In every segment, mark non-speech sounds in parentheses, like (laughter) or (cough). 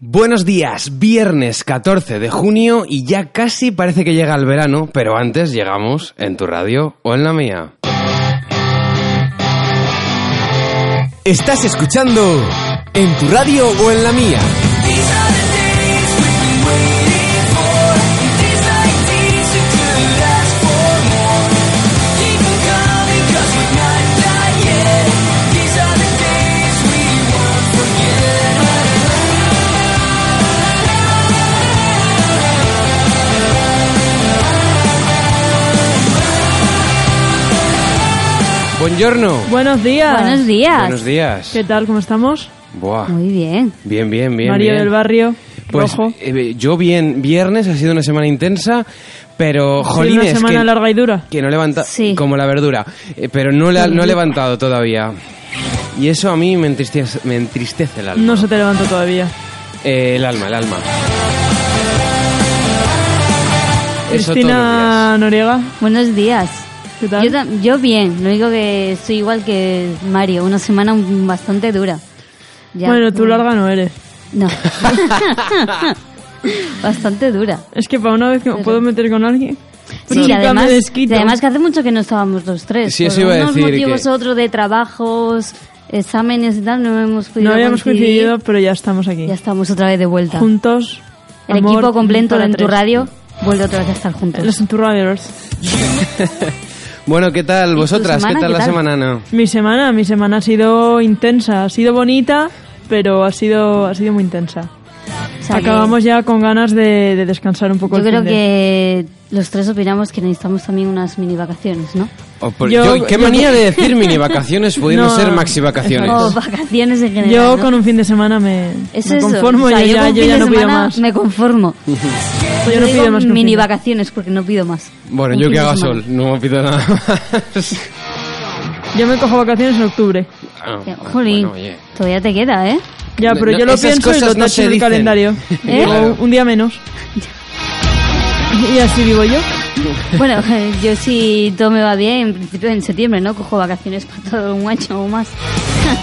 Buenos días, viernes 14 de junio y ya casi parece que llega el verano, pero antes llegamos en tu radio o en la mía. Estás escuchando en tu radio o en la mía. Buongiorno. Buenos días. Buenos días. Buenos días. ¿Qué tal? ¿Cómo estamos? Buah. Muy bien. Bien, bien, bien. Mario bien. del Barrio, Pues Rojo. eh, yo bien, viernes ha sido una semana intensa, pero Sí, jolines una semana que, larga y dura. que no levanta Sí. como la verdura, Eh, pero no la- no he levantado todavía. Y eso a mí me entristece, me entristece el alma. No se te levanta todavía. Eh, el alma, el alma. Eso todos los días. Cristina Noriega, Buenos días. ¿qué tal? Yo, tam- yo bien, lo único que estoy igual que Mario, una semana un- bastante dura. Ya, bueno, tú mm, larga no eres. No. (laughs) bastante dura. Es que para una vez que me puedo meter con alguien. pues Sí, y nunca me además, desquito. y además que hace mucho que no estábamos los tres. Sí, por eso iba a unos decir motivos que- u otros de trabajos, exámenes y tal, no hemos podido no habíamos coincidir. coincidido, pero ya estamos aquí. Ya estamos otra vez de vuelta. Juntos. El amor equipo completo para de en tu tres. radio vuelve otra vez a estar juntos. Los en tu radios. Bueno, ¿qué tal vosotras? ¿Qué semana, tal qué la tal? semana, Ana? Mi semana, mi semana ha sido intensa, ha sido bonita, pero ha sido, ha sido muy intensa. O sea que Acabamos ya con ganas de, de descansar un poco. Yo el creo fin de- que los tres opinamos que necesitamos también unas mini vacaciones, ¿no? O por- Yo- Oh, pues yo- qué yo- manía de decir mini vacaciones (laughs) pudiendo No, ser maxi vacaciones. O vacaciones en general. Yo ¿no? con un fin de semana me, Es me eso. conformo, O sea, yo, yo ya, con yo fin ya de no pido semana más. Me conformo. (laughs) Pues yo no digo pido más que un mini fin de- vacaciones porque no pido más. Bueno, Un yo fin que de haga semana. sol, no pido nada más. (laughs) Yo me cojo vacaciones en octubre. Ah, Que, Jolín, bueno, oye. todavía te (laughs) queda, ¿eh? Ya, No, pero no, yo lo esas pienso y cosas lo no tacho se en el dicen. calendario. ¿Eh? O Claro. Un día menos. Y así vivo yo. Bueno, (laughs) yo si todo me va bien, en principio en septiembre, ¿no? Cojo vacaciones para todo un año o más.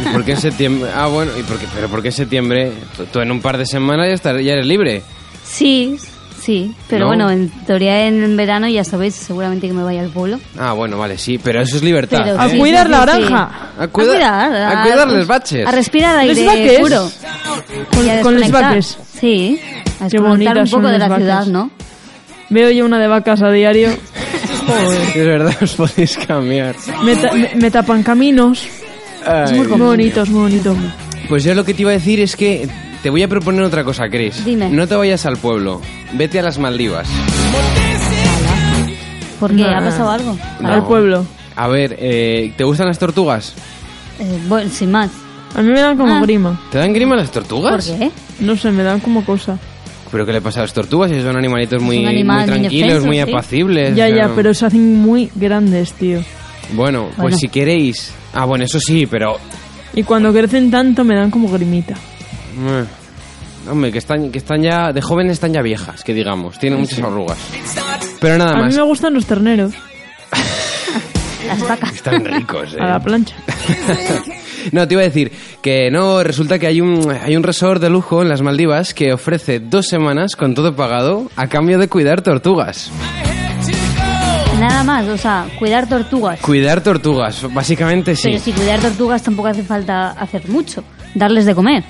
¿Y por qué en septiembre? Ah, bueno, ¿y por qué? pero ¿por qué en septiembre? Tú- Tú en un par de semanas ya, estar- ya eres libre. Sí, sí. Pero No. bueno, en teoría en verano ya sabéis, seguramente que me vaya al pueblo. Ah, bueno, vale, sí, pero eso es libertad. Pero ¿eh? A cuidar la granja. A cuida- a cuidar les baches. pues, A respirar aire Les baques. puro. Con- Y a con les desconectar. baques. Sí. A desconectar bonitas un son poco de les la baques. ciudad, ¿no? Veo yo una de vacas a diario. Es verdad, os podéis cambiar. Me, ta- me- me tapan caminos. Ay. muy bonitos, muy bonitos. Pues yo lo que te iba a decir es que te voy a proponer otra cosa, Chris. Dime. No te vayas al pueblo, vete a las Maldivas. Porque No. ha pasado algo. No. Al pueblo. A ver, eh, ¿te gustan las tortugas? Eh, bueno, sin más. A mí me dan como Ah. grima. ¿Te dan grima las ¿Por tortugas? qué? No sé, me dan como cosa. ¿Pero qué le pasa a las tortugas? Si son animalitos muy, un animal muy tranquilos, indefenso, muy sí. apacibles. Ya, o sea, ya, pero se hacen muy grandes, tío. Bueno, pues Bueno. si queréis... Ah, bueno, eso sí, pero... Y cuando crecen tanto me dan como grimita. eh, Hombre, que están, que están ya... De jóvenes están ya viejas, que digamos. Tienen muchas arrugas. Pero nada A mí más. me gustan los terneros. Las (laughs) vacas. Están ricos, eh. A la plancha. (laughs) No, te iba a decir que no, resulta que hay un, hay un resort de lujo en las Maldivas que ofrece dos semanas con todo pagado a cambio de cuidar tortugas. Nada más, o sea, cuidar tortugas. Cuidar tortugas, básicamente sí. Pero si cuidar tortugas tampoco hace falta hacer mucho. Darles de comer.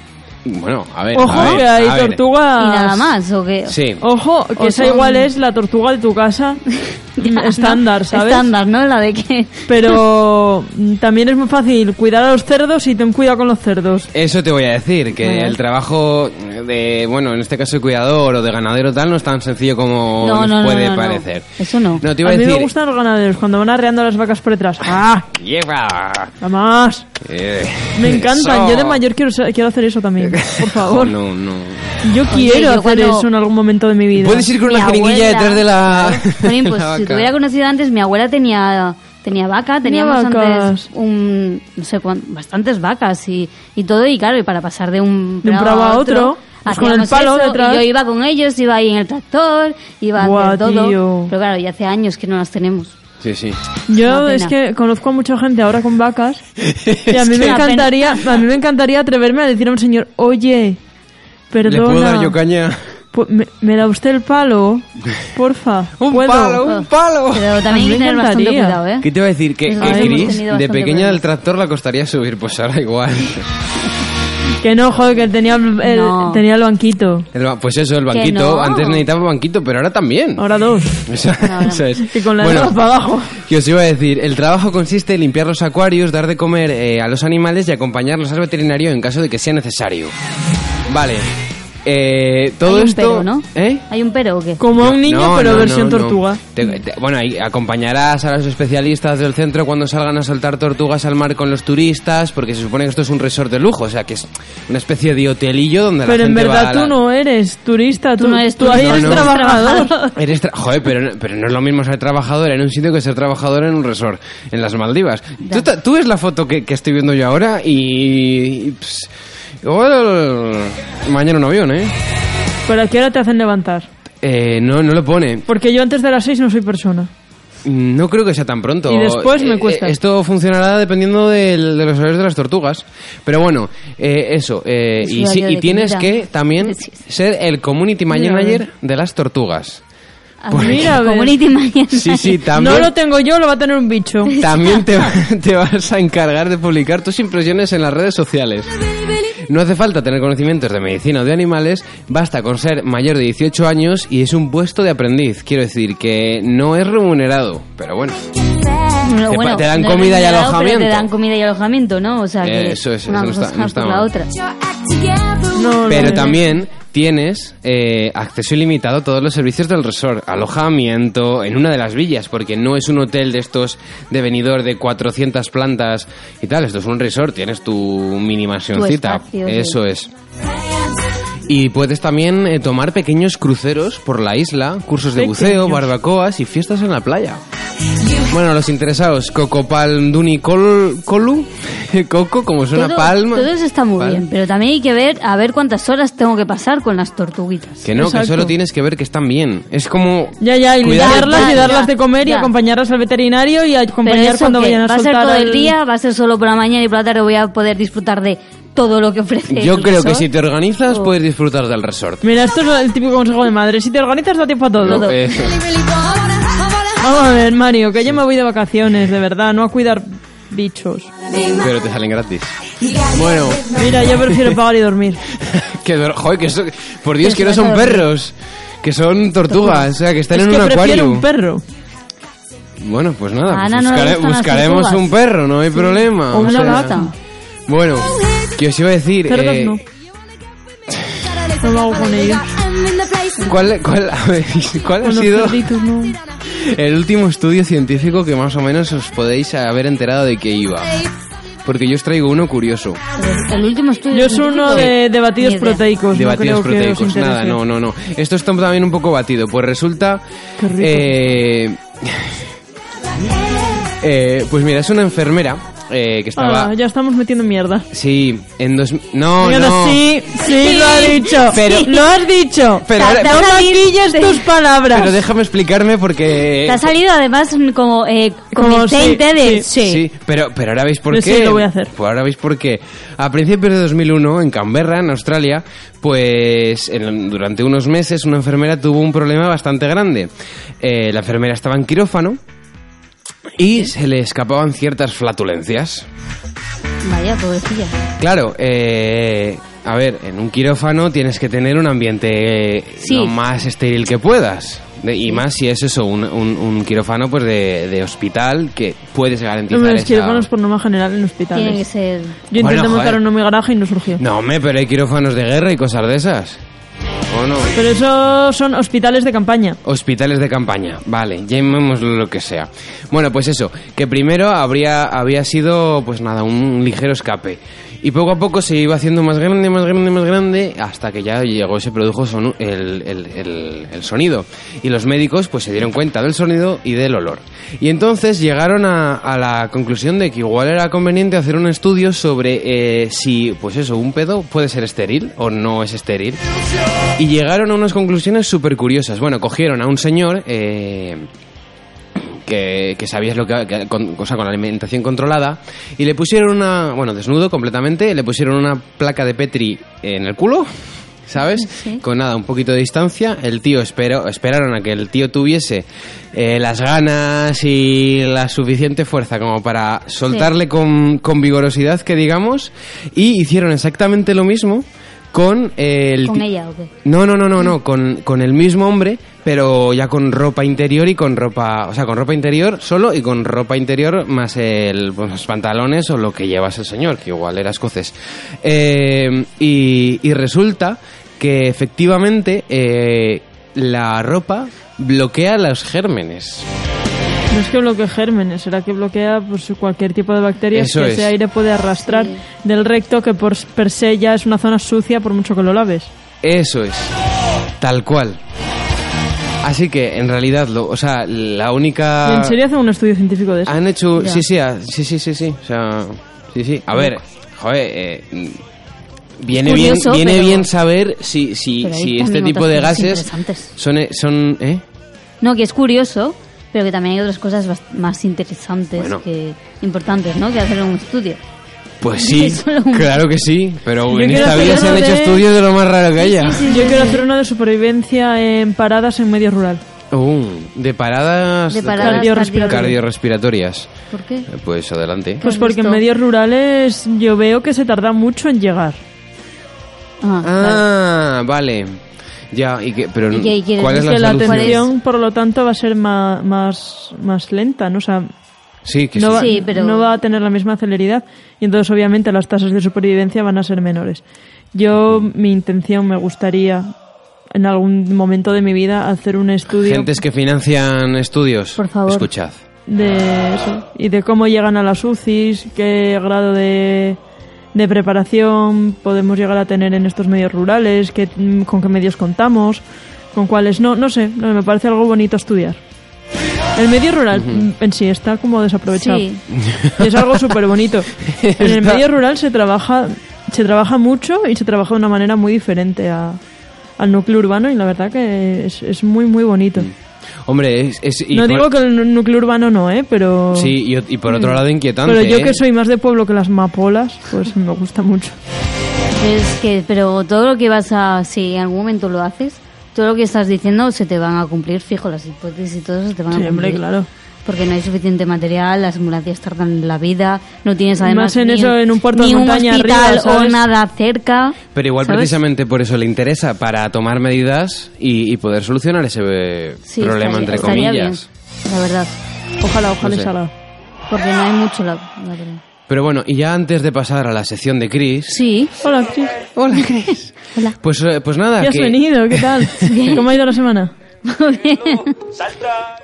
Bueno, a ver. a Ojo, ver, que hay a ver. tortugas. Y nada más, ¿o qué? Sí. Ojo, que O esa son- igual es la tortuga de tu (laughs) casa. (laughs) Ya, estándar, (laughs) ¿no? ¿sabes? Estándar, ¿no? La de que... Pero mm, también es muy fácil cuidar a los cerdos y ten cuidado con los cerdos. Eso te voy a decir, que el trabajo de, bueno, en este caso de cuidador o de ganadero tal no es tan sencillo como No, nos no, no, puede no, no. parecer. Eso no. No, te a iba a, mí decir... me gustan los ganaderos cuando van arreando a las vacas por detrás. ¡Ah! Lleva. ¡Vamos! Eh, Me encantan. eso. Yo de mayor quiero, ser- quiero hacer eso también. (laughs) Por favor. No, no. Yo yo quiero hacer cuando- eso en algún momento de mi vida. Puedes ir con Mi una jeringuilla abuela, detrás de la. claro. (laughs) Jolín, de pues la si te vaca. hubiera conocido antes, mi abuela tenía tenía vaca, teníamos vacas. antes un no sé cuán- bastantes vacas y, y todo y claro, y para pasar de un De un prado a otro, pues con el hacíamos palo eso, detrás. y yo iba con ellos, iba ahí en el tractor, iba a Buah, hacer todo, tío. pero claro, ya hace años que no las tenemos. Sí, sí. Yo Una es pena. que conozco a mucha gente ahora (laughs) con vacas y a mí me una pena. encantaría, a mí me encantaría atreverme a decir a un señor, oye, ¿Le Perdona. puedo dar yo (laughs) caña? Pu- ¿Me, me da usted el palo? Porfa. (laughs) ¡Un ¿puedo? palo! ¡Un palo! Pero A mí también hay que me tener bastante encantaría. cuidado, ¿eh? ¿Qué te iba a decir? Que, Eso que sí, hemos Cris, tenido de bastante pequeña del problemas. tractor la costaría subir, pues ahora (laughs) igual. Que no, joder, que tenía el, el- No. tenía el banquito. El ba- pues eso, el banquito. no. Antes necesitaba banquito, pero ahora también. Ahora dos. Eso- Ahora. eso es. Y con la Bueno, de para abajo. Que os iba a decir, el trabajo consiste en limpiar los acuarios, dar de comer eh, a los animales y acompañarlos al veterinario en caso de que sea necesario. Vale. Eh, todo Hay un esto. pero, ¿no? ¿eh? ¿Hay un pero o qué? Como a un niño, No, pero no, versión no, no. tortuga. Te- te- bueno, ahí acompañarás a los especialistas del centro cuando salgan a soltar tortugas al mar con los turistas, porque se supone que esto es un resort de lujo, o sea, que es una especie de hotelillo donde Pero la en gente va verdad a tú la- no eres turista, tú, no eres tú ahí turista, eres no, no. trabajador. (laughs) (laughs) Eres tra- Joder, pero, no- pero no es lo mismo ser trabajadora en un sitio que ser trabajadora en un resort, en las Maldivas. Tú, ta- tú ves la foto que, que estoy viendo yo ahora y... y, ps, igual, mañana un avión, ¿eh? ¿Pero a qué hora te hacen levantar? Eh, No, no lo pone. Porque yo antes de las seis no soy persona. No creo que sea tan pronto. Y después me Eh, cuesta. eh, Esto funcionará dependiendo del- de, los horarios de las tortugas. Pero bueno, eh, eso. eh, Es y sí, horario y de tienes comida. que también Sí, sí. ser el community manager de las tortugas. Ah, Por- Mira, a ver. Community manager. Pues Sí, sí, también. No lo tengo yo, lo va a tener un bicho. (laughs) También te, te vas a encargar de publicar tus impresiones en las redes sociales. No hace falta tener conocimientos de medicina o de animales, basta con ser mayor de 18 años y es un puesto de aprendiz. Quiero decir que no es remunerado, pero bueno. Bueno, Te- bueno, te dan no es comida y remunerado, alojamiento. pero Te dan comida y alojamiento, ¿no? O sea, que Eso es, eso una no cosa está- no está por la mal. otra. No, no, Pero no. también tienes eh, acceso ilimitado a todos los servicios del resort, alojamiento en una de las villas, porque no es un hotel de estos de venidor de 400 plantas y tal, esto es un resort, tienes tu mini mansioncita, Tu espacio, sí. eso es. Y puedes también eh, tomar pequeños cruceros por la isla, cursos de buceo, Pequeños. barbacoas y fiestas en la playa. Bueno, los interesados, Coco Palmduni Col- Colu, (laughs) Coco, como suena Todo- palma. Todo eso está muy Palma. bien, pero también hay que ver a ver cuántas horas tengo que pasar con las tortuguitas. Que no, que Exacto. solo tienes que ver que están bien. Es como... Ya, ya, y Cuidado. limpiarlas y Ya, darlas ya, de comer y ya. acompañarlas al veterinario y Pero acompañar eso cuando que vayan a va a ser soltar todo el al- día, va a ser solo por la mañana y por la tarde voy a poder disfrutar de todo lo que ofrece. Yo el creo que resort. si te organizas puedes disfrutar del resort. Mira, esto es el típico consejo de madre. Si te organizas, da tiempo a todo. No, eh, Vamos a ver, Mario, que yo me voy de vacaciones, de verdad, no a cuidar bichos. pero te salen gratis. Bueno, Mira, yo prefiero (laughs) pagar y dormir. que, dor- joder, que so- por Dios que Que no se son vayan a dormir. perros, que son tortugas, o sea, que están es en que un prefiero acuario. un perro. Bueno, pues nada, A Ana no buscare- le gustan las buscaremos tortugas. un perro, no hay problema. O o una sea, gata. Bueno, que os iba a decir... Cerdos eh, no. No lo hago con ellos. ¿Cuál, cuál, a ver, (laughs) ¿cuál ha Con los sido cerditos, no. (laughs) el último estudio científico que más o menos os podéis haber enterado de que iba? Porque yo os traigo uno curioso. El último estudio. Yo soy uno científico, de, de ni batidos idea. proteicos. de Pues no batidos creo que os proteicos. interese. Nada, no, no, no. Esto está también un poco batido. Pues resulta. Qué rico. eh, eh, pues mira, es una enfermera eh, que estaba. Ah, ya estamos metiendo mierda. Sí, en dos. No, Mierda, no. sí, sí, lo ha dicho. Pero- lo has dicho. Pero- no Te- te ha maquilles tus palabras. Pero déjame explicarme porque. Te ha salido además como eh, con Como el sí, teinte de. sí. Sí, pero, pero ahora veis por Yo qué. sí lo voy a hacer. Pues ahora veis por qué. A principios de 2001, en Canberra, en Australia, pues en- durante unos meses una enfermera tuvo un problema bastante grande. Eh, la enfermera estaba en quirófano y se le escapaban ciertas flatulencias. Vaya, pobrecilla. Claro, eh, a ver, en un quirófano tienes que tener un ambiente eh, Sí. lo más estéril que puedas. De- y más si es eso, un, un- un quirófano pues de, de hospital que puedes garantizar No me los esa- quirófanos por norma general en Tiene que hospitales. ser. Yo intenté Bueno, montar joder. uno en mi garaje y no surgió. No, hombre, pero hay quirófanos de guerra y cosas de esas. ¿O no? Pero eso son hospitales de campaña. Hospitales de campaña, vale, llamémoslo lo que sea. Bueno, pues eso, que primero habría, había sido, pues nada, un ligero escape. Y poco a poco se iba haciendo más grande, más grande, más grande, hasta que ya llegó, se produjo sonu- el, el- el- el sonido. Y los médicos pues se dieron cuenta del sonido y del olor. Y entonces llegaron a, a la conclusión de que igual era conveniente hacer un estudio sobre eh, si, pues eso, un pedo puede ser estéril o no es estéril. Y llegaron a unas conclusiones súper curiosas. Bueno, cogieron a un señor eh, que, que sabías lo que, que- con, o sea, con la alimentación controlada y le pusieron una, bueno, desnudo completamente, le pusieron una placa de Petri en el culo ¿sabes? Sí. Con nada, un poquito de distancia. El tío esperó, esperaron a que el tío tuviese eh, las ganas y la suficiente fuerza como para soltarle con, con vigorosidad, que digamos, y hicieron exactamente lo mismo con el... ¿Con ti- ella o qué? no, no, no, no, no, con, con el mismo hombre, pero ya con ropa interior y con ropa, o sea, con ropa interior solo y con ropa interior más el, pues, los pantalones o lo que llevas el señor, que igual era escocés. Eh, y, y resulta que efectivamente eh, la ropa bloquea los gérmenes. No es que bloquee gérmenes, será que bloquea pues, cualquier tipo de bacterias Eso que es. ese aire puede arrastrar del recto, que por per se ya es una zona sucia por mucho que lo laves. Eso es. Tal cual. Así que, en realidad, lo, o sea, la única... ¿Y en serio hacen un estudio científico de eso? Ah. Han hecho. Ya. Sí, sí, ah, sí, sí, sí, sí. O sea. Sí, sí. A ver, joder. eh, mm, viene Curioso, bien, viene pero- bien saber si, si, Pero hay si este también tipo otras de cosas gases interesantes. son, eh, son. ¿Eh? No, que es curioso, pero que también hay otras cosas bas- más interesantes Bueno. que importantes, ¿no? Que hacer un estudio. Pues sí, Solo un- claro que sí. Pero Yo en quiero esta vida hacer se han uno hecho de- estudios de lo más raro que haya. Yo quiero hacer uno de supervivencia en paradas en medio rural. Uh, de paradas. De paradas Cardiorrespiratorias. cardiorrespiratorias. ¿Por qué? Eh, Pues adelante. Pues has porque en visto? medios rurales yo veo que se tarda mucho en llegar. Ah, vale. Ah, vale. Ya, y que, pero ¿Y qué quieres? ¿cuál Es es que la la solución? atención, por lo tanto, va a ser ma- más, más lenta, ¿no? O sea, Sí, que no, va, sí. Sí, pero- no va a tener la misma celeridad y entonces obviamente las tasas de supervivencia van a ser menores. Yo, mi intención, me gustaría en algún momento de mi vida hacer un estudio Gentes que financian estudios. Por favor. Escuchad. de eso y de cómo llegan a las UCIs, qué grado de, de preparación podemos llegar a tener en estos medios rurales, qué, mm, con qué medios contamos, con cuáles no, no sé, no, me parece algo bonito estudiar. El medio rural mm, en sí está como desaprovechado. Sí. Y es algo (laughs) súper bonito. En el Está- medio rural se trabaja, se trabaja mucho y se trabaja de una manera muy diferente a- al núcleo urbano y la verdad que es, es muy, muy bonito. Hombre, es... es- y no por- digo que el núcleo urbano no, ¿eh? Pero, Sí, y, o- y por otro lado inquietante. pero yo ¿eh? que soy más de pueblo que las mapolas, pues me gusta mucho. Es que, pero todo lo que vas a, si en algún momento lo haces, todo lo que estás diciendo se te van a cumplir, fijo, las hipótesis y todo eso se te van a Sí, cumplir. hombre, claro. Porque no hay suficiente material, las ambulancias tardan la vida, no tienes además Más en ni, eso, en un puerto de ni montaña un hospital arriba, ¿sabes? o nada cerca. Pero igual ¿sabes? precisamente por eso le interesa, para tomar medidas y, y poder solucionar ese eh, Sí, problema, estaría- entre estaría comillas. bien, la verdad. Ojalá, ojalá No y sé. salga. Porque no hay mucho, la, la verdad. Pero bueno, y ya antes de pasar a la sección de Chris... (laughs) Sí. (laughs) Hola, Cris. Hola, Chris. Hola. Pues, eh, pues nada, ¿Qué has que- venido? ¿Qué (laughs) tal? ¿Cómo ha ido la semana?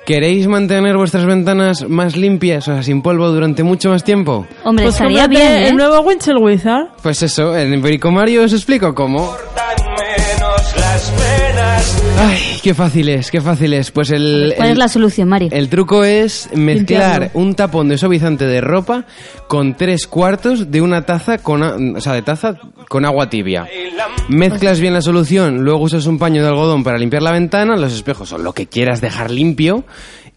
¿queréis mantener vuestras ventanas más limpias, o sea, sin polvo, durante mucho más tiempo? Hombre, Pues estaría cómprate bien, ¿eh? el nuevo Winchell Wizard. Pues eso, en Bricomario os explico cómo. menos las penas. Ay, qué fácil es, qué fácil es. Pues el... ¿Cuál el- es la solución, Mario? El truco es mezclar Limpiarlo. un tapón de suavizante de ropa con tres cuartos de una taza con, a- o sea, de taza con agua tibia. Mezclas bien la solución, luego usas un paño de algodón para limpiar la ventana, los espejos o lo que quieras dejar limpio.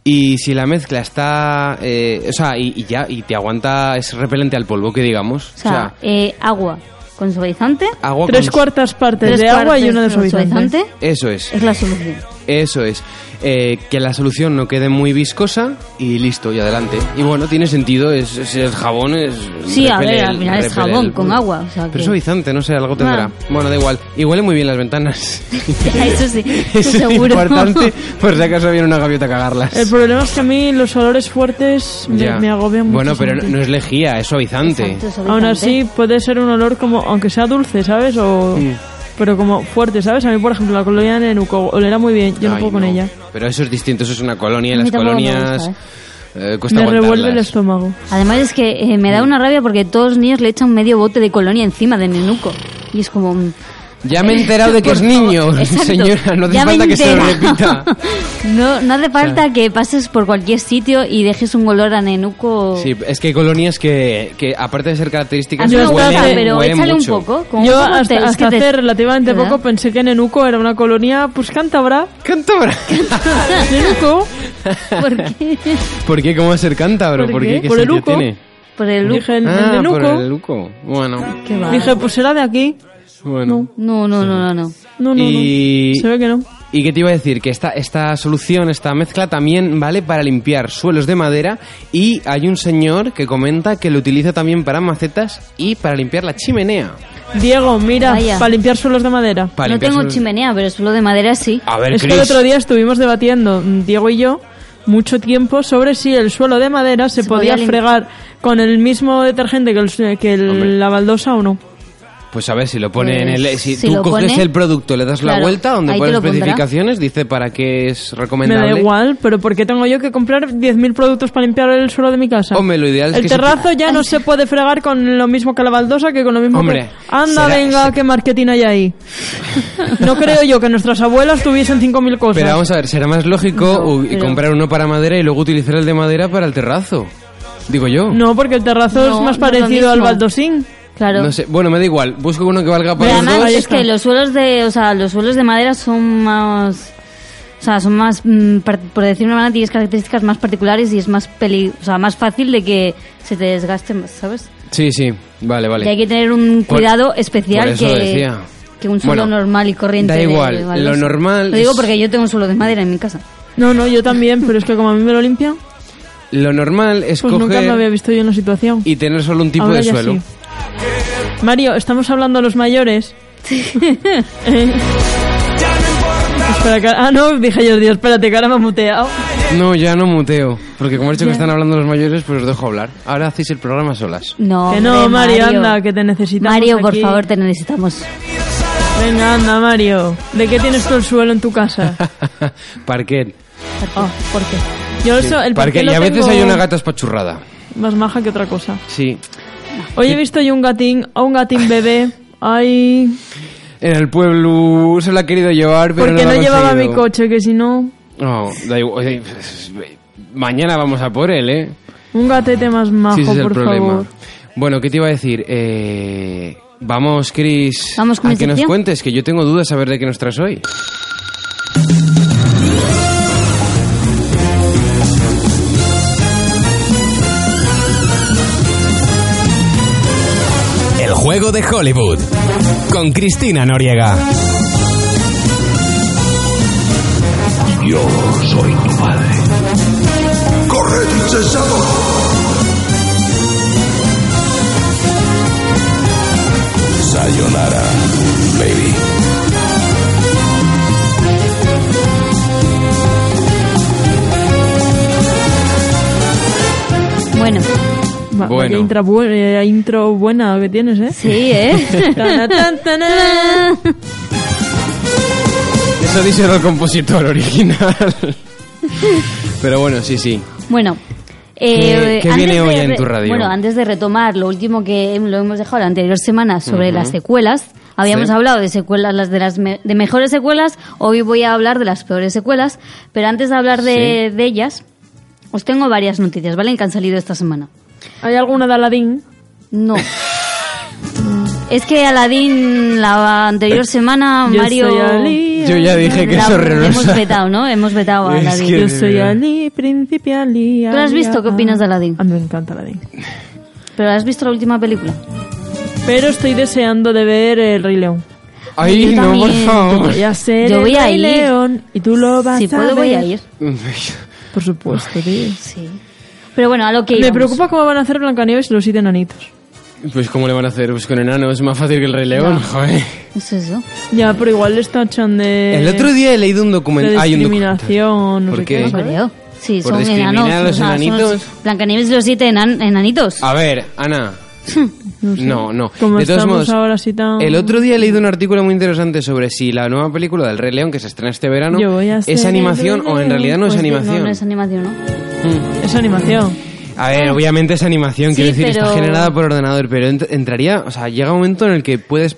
Y si la mezcla está, eh, o sea, y, y ya, y te aguanta, es repelente al polvo, que digamos. o sea, eh, agua con suavizante, agua Tres con- cuartas partes tres de agua y cuartos una de suavizante. suavizante Eso es. es la solución. Eso es. Eh, que la solución no quede muy viscosa y listo, y adelante. Y bueno, tiene sentido, es, es el jabón, es... Sí, a repele ver, al el- final es repele jabón el- con agua, o sea Pero que- es suavizante, no sé, algo tendrá. Ah. Bueno, da igual. Y huele muy bien las ventanas. (laughs) Eso (laughs) sí, (laughs) Eso (laughs) eso es seguro. importante, por si acaso viene una gaviota a cagarlas. El problema es que a mí los olores fuertes me, Ya. me agobian mucho. Bueno, pero no, no es lejía, es suavizante. Exacto, suavizante. Aún así puede ser un olor como, aunque sea dulce, ¿sabes? O, Mm. Pero como fuerte, ¿sabes? A mí, por ejemplo, la colonia de Nenuco olera muy bien, yo no Ay, puedo con ella. Pero eso es distinto, eso es una colonia y A mí las tampoco me colonias... gusta, eh, cuesta Me revuelve el aguantarlas. estómago. Además es que eh, me da una rabia porque todos los niños le echan medio bote de colonia encima de Nenuco. Y es como... mm, Ya me he enterado de que (laughs) por es favor. niño, Exacto. señora, no hace Ya me falta que se lo entero. repita. (laughs) No, no hace falta que pases por cualquier sitio y dejes un olor a Nenuco. (laughs) Sí, es que hay colonias que, que aparte de ser a características, mí me huele- gusta, huelen, pero huelen échale mucho. un poco. con un Yo poco te- hasta, es hasta que te- hace relativamente ¿verdad? poco pensé que Nenuco era una colonia, pues (laughs) cántabra. ¡Cántabra! Nenuco, ¿Por qué? (laughs) ¿Por qué? ¿Cómo va a ser cántabro? ¿Por ¿Por qué? qué? ¿Qué Por el sentido uco. tiene? Por el dije el, el ah, Nenuco. por el luco. Bueno. Qué va. Dije, pues será de aquí. Bueno. No, no, no, no, no. No, no, Y- no. Se ve que no. ¿Y qué te iba a decir? Que esta, esta solución, esta mezcla también vale para limpiar suelos de madera y hay un señor que comenta que lo utiliza también para macetas y para limpiar la chimenea. Diego, mira, Vaya. para limpiar suelos de madera. Para no limpiar tengo suelos- chimenea, pero suelo de madera sí. A ver, es que Chris. el otro día estuvimos debatiendo, mm, Diego y yo, mucho tiempo sobre si el suelo de madera se, Se podía podía, lim- fregar con el mismo detergente que, el su- que el- Hombre. la baldosa o no. Pues a ver, si lo pone Pues, en el... Si, si tú lo coges pone- el producto, le das la Claro, vuelta, donde ahí te pone lo pondrá. especificaciones, dice para qué es Me recomendable. da igual, pero ¿por qué tengo yo que comprar 10.000 productos para limpiar el suelo de mi casa? Hombre, lo ideal es el que se- terrazo ya no se puede fregar con lo mismo que la baldosa, que con lo mismo Hombre, que... Anda, será- venga, se- qué marketing hay ahí. No creo yo que nuestras abuelas tuviesen 5.000 cosas. Pero vamos a ver, será más lógico No, u- pero- comprar uno para madera y luego utilizar el de madera para el terrazo. Digo yo. No, porque el terrazo No, es no más es lo mismo. parecido al baldosín. Claro. No sé, bueno, me da igual. Busco uno que valga Pero para los además dos. Ahí es está. que los suelos de, o sea, los suelos de madera son más, o sea, son más, mm, par- por decir una manera, tienes características más particulares y es más peli, o sea, más fácil de que se te desgaste más, ¿sabes? Sí, sí, vale, vale. Y hay que tener un Por- cuidado especial por eso que, decía. que un suelo Bueno, normal y corriente. da de- igual, de baldosa. lo normal Lo digo es- porque yo tengo un suelo de madera en mi casa. No, no, yo también, pero es que como a mí me lo limpia, Lo normal es pues nunca coger me había visto yo en la situación. y tener solo un tipo Ahora de ya suelo. sí. Mario, estamos hablando a los mayores. Eh. (laughs) Espera, que- ah, no, dije yo, Dios, espérate, que ahora me ha muteado. No, ya no muteo. Porque como he dicho que Ya. están hablando los mayores, pues os dejo hablar. Ahora hacéis el programa solas. No, que no, hombre, Mario, anda, que te necesitamos. Mario, por aquí. favor, te necesitamos. Venga, anda, Mario. ¿De qué tienes tú el suelo en tu casa? (laughs) Parquet. Oh, ¿Por qué? (laughs) Yo eso, el Parquet. parquet Y lo a veces tengo hay una gata espachurrada. Más maja que otra cosa. Sí. Hoy he visto yo un gatín, a un gatín bebé. Ay, En el pueblo se la ha querido llevar, pero porque no, no, la ha llevaba mi conseguido. coche, que si no... No, da igual. Oye, Mañana vamos a por él, ¿eh? Un gatete más majo, sí, ese es el por problema. favor. Bueno, ¿qué te iba a decir? Eh, vamos, Chris, Vamos con a mi que nos sección. cuentes, que yo tengo dudas a ver de qué nos traes hoy. El juego de Hollywood. Con Cristina Noriega. Yo soy tu padre. ¡Corred, insensato! Sayonara, baby. Bueno, Va- Bueno. vaya intra bu- eh, intro buena que tienes, ¿eh? sí, (laughs) ¿eh? Tana, tan, tana. Eso dice el compositor (laughs) original. Pero bueno, sí, sí. (laughs) Bueno. ¿Qué- eh, qué antes viene hoy de en re- tu radio? Bueno, antes de retomar lo último que lo hemos dejado la anterior semana sobre las secuelas, habíamos Sí. hablado de secuelas, las de las me- de mejores secuelas, hoy voy a hablar de las peores secuelas, pero antes de hablar de, de ellas, os tengo varias noticias, ¿vale? Que han salido esta semana. ¿Hay alguna de Aladín? No. es que Aladín la Eh, anterior semana, Yo Mario... soy Ali. Yo ya dije que la- es hemos horrorosa. vetado, ¿no? Hemos vetado a Es Aladín. que- Yo soy Ali, príncipe Ali. ¿Tú la has Ali, visto? ¿Qué ah. opinas de Aladín? A mí me encanta Aladín. ¿Pero has visto la última película? Pero estoy deseando de ver El Rey León. Ay, Yo no, por también. favor. Voy a ser Yo voy El a Rey ir. León y tú lo vas si a puedo voy a ver. ir. Por supuesto, tío. Sí. Pero bueno, a lo que Me íbamos. preocupa cómo van a hacer Blancanieves y los siete enanitos. (laughs) Pues cómo le van a hacer, pues con enano es más fácil que el Rey León, joder. Es eso. Ya, pero igual les tachan de... El otro día he leído un documento. Eh, de Hay un discriminación, no ¿Por sé qué? qué. No creo. Sí, Por son discriminar enanos. a los o sea, son enanitos. Ah, los- Blancanieves y los siete enan- enanitos. A ver, (laughs) Ana. No, no. Como de todos estamos modos, ahora así tan- el otro día he leído un artículo muy interesante sobre si la nueva película del Rey León que se estrena este verano Yo voy a es ser animación el Rey o en León. realidad no es Pues sí, animación. No, no es animación, ¿no? Mm. Es animación. A ver, obviamente es animación, Ah. Sí, quiero decir, está pero- generada por ordenador, pero ent- entraría, o sea, llega un momento en el que puedes,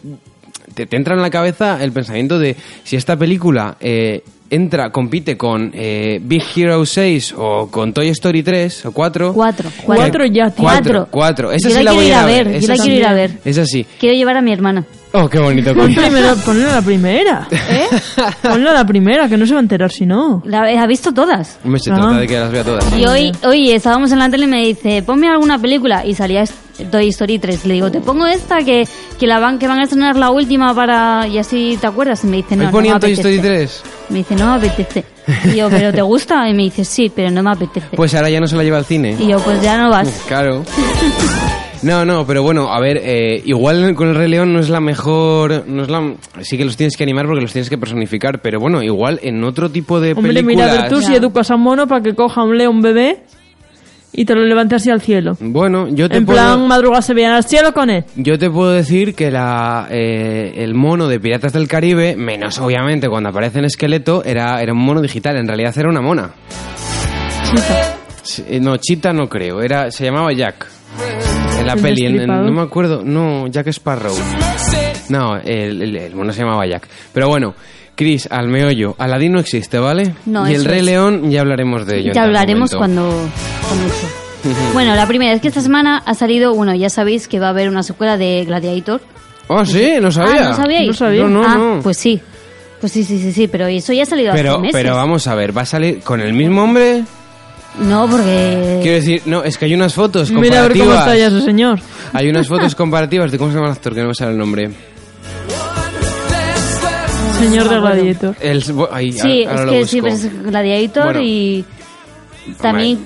te, te entra en la cabeza el pensamiento de si esta película eh, entra, compite con eh, Big Hero 6 o con Toy Story 3 o 4. Cuatro. Cuatro ya, tío. Cuatro, cuatro. Esa yo sí la la quiero voy ir a a ver, ver. Yo esa la sí. quiero ir a ver. Es así. Quiero llevar a mi hermana. Oh, qué bonito. Pon (laughs) coño. primero, ponlo a la primera. ¿Eh? Ponlo a la primera, que no se va a enterar si no. La, ha visto todas. Hombre, se Ah. trata de que las vea todas. Y hoy, hoy estábamos en la tele y me dice, ponme alguna película. Y salía est- Toy Story 3. Le digo, te pongo esta que, que, la van, que van a estrenar la última para... Y así te acuerdas. Y me dice, no, Hoy no ponían me Toy Story apetece". 3. Me dice, no me apetece. Y yo, ¿pero te gusta? Y me dice, sí, pero no me apetece. Pues ahora ya no se la lleva al cine. y yo, pues ya no vas. Claro. No, no, pero bueno, a ver, eh, igual con el Rey León no es la mejor, no es la, sí que los tienes que animar porque los tienes que personificar, pero bueno, igual en otro tipo de Hombre, mira películas. a ver tú si Ya. educas a un mono para que coja un león bebé y te lo levante así al cielo. Bueno, yo te En puedo, plan, madruga se veían al cielo con él. yo te puedo decir que la, eh, el mono de Piratas del Caribe, menos obviamente cuando aparece en esqueleto, era, era un mono digital, en realidad era una mona. Sí, eh, No, Chita no creo, era, se llamaba Jack. En la El peli, en- en- destripado. no me acuerdo, no, Jack Sparrow. No, el, el, el mono se llamaba Jack. Pero bueno, Chris, al meollo, Aladdin no existe, ¿vale? No, y el eso Rey es. León ya hablaremos de ello. en Ya tal hablaremos momento. cuando, cuando eso. (laughs) Bueno, la primera es que esta semana ha salido, bueno, ya sabéis que va a haber una secuela de Gladiator. Ah, sí, no sabía. Ah, ¿no sabíais? No sabía. No, no, ah, no. Pues sí. Pues sí, sí, sí, sí, pero eso ya ha salido hace Pero, meses. pero vamos a ver, ¿va a salir con el mismo hombre? No, porque... Quiero decir, no, es que hay unas fotos Mira a comparativas. ver cómo está ya ese señor. Hay unas fotos comparativas de cómo se llama el actor, que no me sale el nombre. Señor de Gladiator. El, ay, Sí, ahora- ahora es lo que busco. siempre es Gladiator Bueno. y también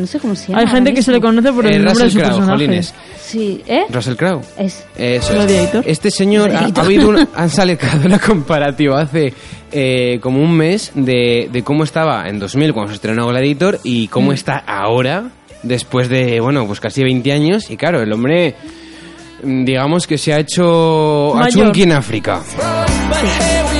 mm, no sé cómo se llama. Hay gente ahora que se le mismo. conoce por Eh, el nombre Russell de su Crowe, personaje. jolines. Sí, ¿eh? Russell Crowe. Es Eso es. Gladiator. Este señor ha, ha habido (laughs) una, han salido una comparativa hace eh, como un mes de, de cómo estaba en 2000 cuando se estrenó Gladiator y Mm. cómo está ahora después de bueno pues casi 20 años y claro el hombre mm, digamos que se ha hecho ha hecho Mayor. un King África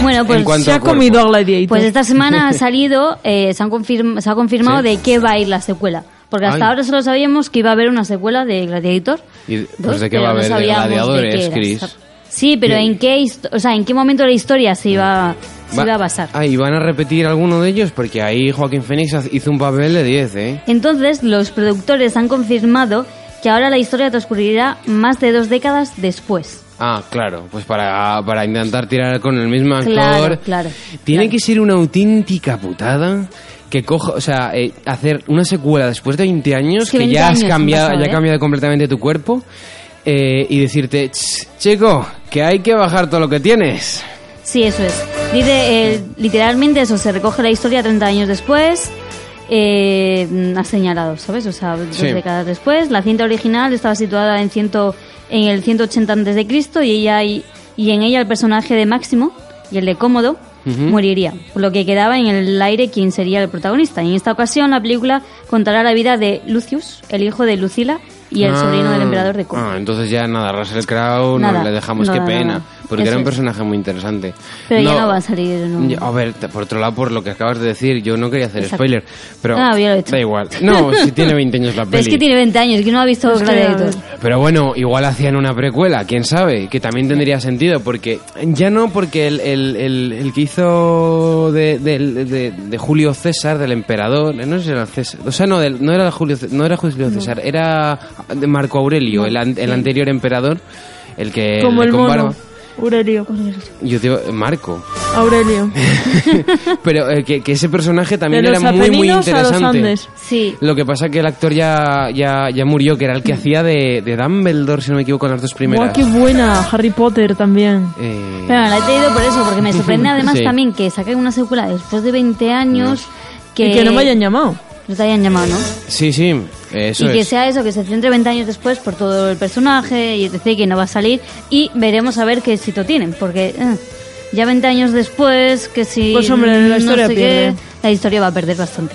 Bueno, pues En cuanto Se ha a cuerpo. comido a Gladiator. pues (laughs) esta semana ha salido eh, se, han confirm- se ha confirmado Sí. de qué va a ir la secuela, porque hasta Ay. ahora solo sabíamos que iba a haber una secuela de Gladiator. Y, dos, pues de qué pero va a no haber de sabíamos de qué gladiadores era. Chris Sí, pero Bien. en qué, hist- o sea, en qué momento de la historia se iba se Va- iba a basar. Ah, y van a repetir alguno de ellos porque ahí Joaquín Phoenix haz- hizo un papel de 10, ¿eh? Entonces, los productores han confirmado que ahora la historia transcurrirá más de dos décadas después. Ah, claro, pues para, para intentar tirar con el mismo actor. Claro, claro, Tiene claro. que ser una auténtica putada que coja, o sea, eh, hacer una secuela después de 20 años, Es que que 20 ya has años, cambiado, pasado, ya ha ¿eh? cambiado completamente tu cuerpo, eh, y decirte, "Ch, chico, que hay que bajar todo lo que tienes. Sí, eso es. Dice, eh, literalmente eso, se recoge la historia 30 años después, eh, mm, ha señalado, ¿sabes? O sea, dos Sí. décadas después. La cinta original estaba situada en, ciento, en el 180 antes de Cristo y, ella, y, y en ella el personaje de Máximo y el de Cómodo moriría, por lo que quedaba en el aire quién sería el protagonista. En esta ocasión la película contará la vida de Lucius, el hijo de Lucila y el Ah, sobrino del emperador de Cómodo. Ah, entonces ya nada, Russell Crowe no Nada, le dejamos, no, qué no, pena. no. Porque Eso era un es. personaje muy interesante. Pero ya no va a salir, no. Ya, A ver, te- por otro lado, por lo que acabas de decir, yo no quería hacer Exacto. spoiler, pero Ah, había hecho. da igual. No, si tiene 20 años la (laughs) Pero peli. es que tiene 20 años, que no ha visto Es que, a ver. Gladiator. Pero bueno, igual hacían una precuela, quién sabe, que también tendría sentido, porque ya no porque el, el, el, el que hizo de, del- de- de Julio César, del emperador, eh, no sé si era César, o sea, no, del- no, era, Julio, Ce- no era Julio César, era de Marco Aurelio, el, an- el anterior emperador, el que Como Eh, le el con barba. mono. Aurelio. Yo digo, eh, (laughs) Marco. (laughs) Aurelio. Pero eh, que, que ese personaje De también era los muy, muy Apeninos a los interesante. Andes. Sí. Lo que pasa que el actor ya, ya, ya murió, que era el que hacía de, de Dumbledore, si no me equivoco, en las dos Buah, primeras. qué buena. Harry Potter también. Eh, Pero bueno, la he traído por eso, porque (laughs) me sorprende además Sí. también que saquen una secuela después de 20 años. Que, Mm. Y que no me hayan llamado. no te hayan llamado, ¿no? sí, sí, eso y que es. sea eso, que se centre 20 años después por todo el personaje y etc. que no va a salir. Y veremos a ver qué éxito tienen, porque eh, ya 20 años después, que si. Pues, hombre, la no historia sé pierde. la historia va a perder bastante.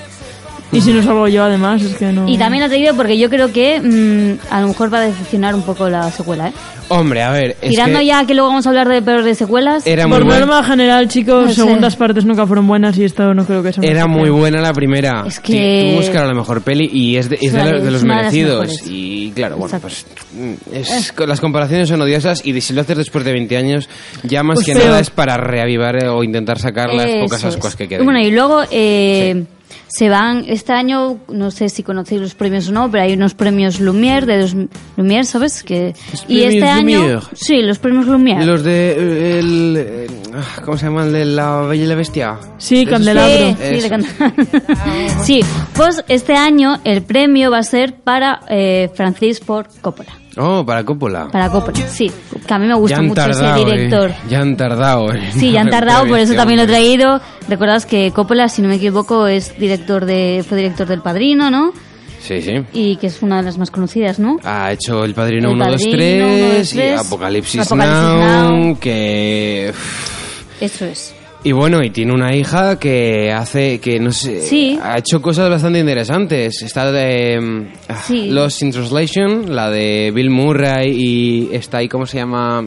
Y si no salgo yo, además, es que no. Y también la he traído porque yo creo que mm, a lo mejor va a decepcionar un poco la secuela, ¿eh? Hombre, a ver, es Tirando que ya que luego vamos a hablar de peor de secuelas. era muy Por buen- norma general, chicos, No sé. segundas partes nunca fueron buenas y esto no creo que sea una Era secuela. muy buena la primera. Es que- Tú buscas la mejor peli y es de, es de Claro, lo- de es los una de las merecidos. mejores. Y claro, bueno, Exacto. pues. mm, es- con- las comparaciones son odiosas y si lo haces después de 20 años, ya más Pues que peor. nada es para reavivar eh, o intentar sacar las Eso pocas es. ascuas que quedan. Bueno, y luego eh, se van este año, no sé si conocéis los premios o no, pero hay unos premios Lumière de dos Lumière, ¿sabes? Que Los y este premios año Lumière. sí, los premios Lumière. Los de. eh, el, eh, ah, ¿Cómo se llama? El de la Bella y la Bestia. Sí, ¿De esos? Candelabro. Sí, sí, Eso. le canta- (laughs) Sí, pues este año el premio va a ser para eh, Francis Ford Coppola. Oh, para Coppola. Para Coppola, sí. Que a mí me gusta ya han mucho tardado, ese eh. director. Ya han tardado. (laughs) en Sí, ya han dar tardado, por premios, eso tío, también lo he hombre. traído. Recordaos que Coppola, si no me equivoco, es director de, fue director del Padrino, ¿no? Sí, sí. Y que es una de las más conocidas, ¿no? Ha hecho El Padrino El 1, 2, Padrino, 3 1, 2, y 3, Apocalipsis, Apocalipsis Now, Now. que... uff. Eso es. Y bueno, y tiene una hija que hace, que no sé, Sí. ha hecho cosas bastante interesantes. Está de mm, ah, Sí. Lost in Translation, la de Bill Murray y está ahí, ¿cómo se llama?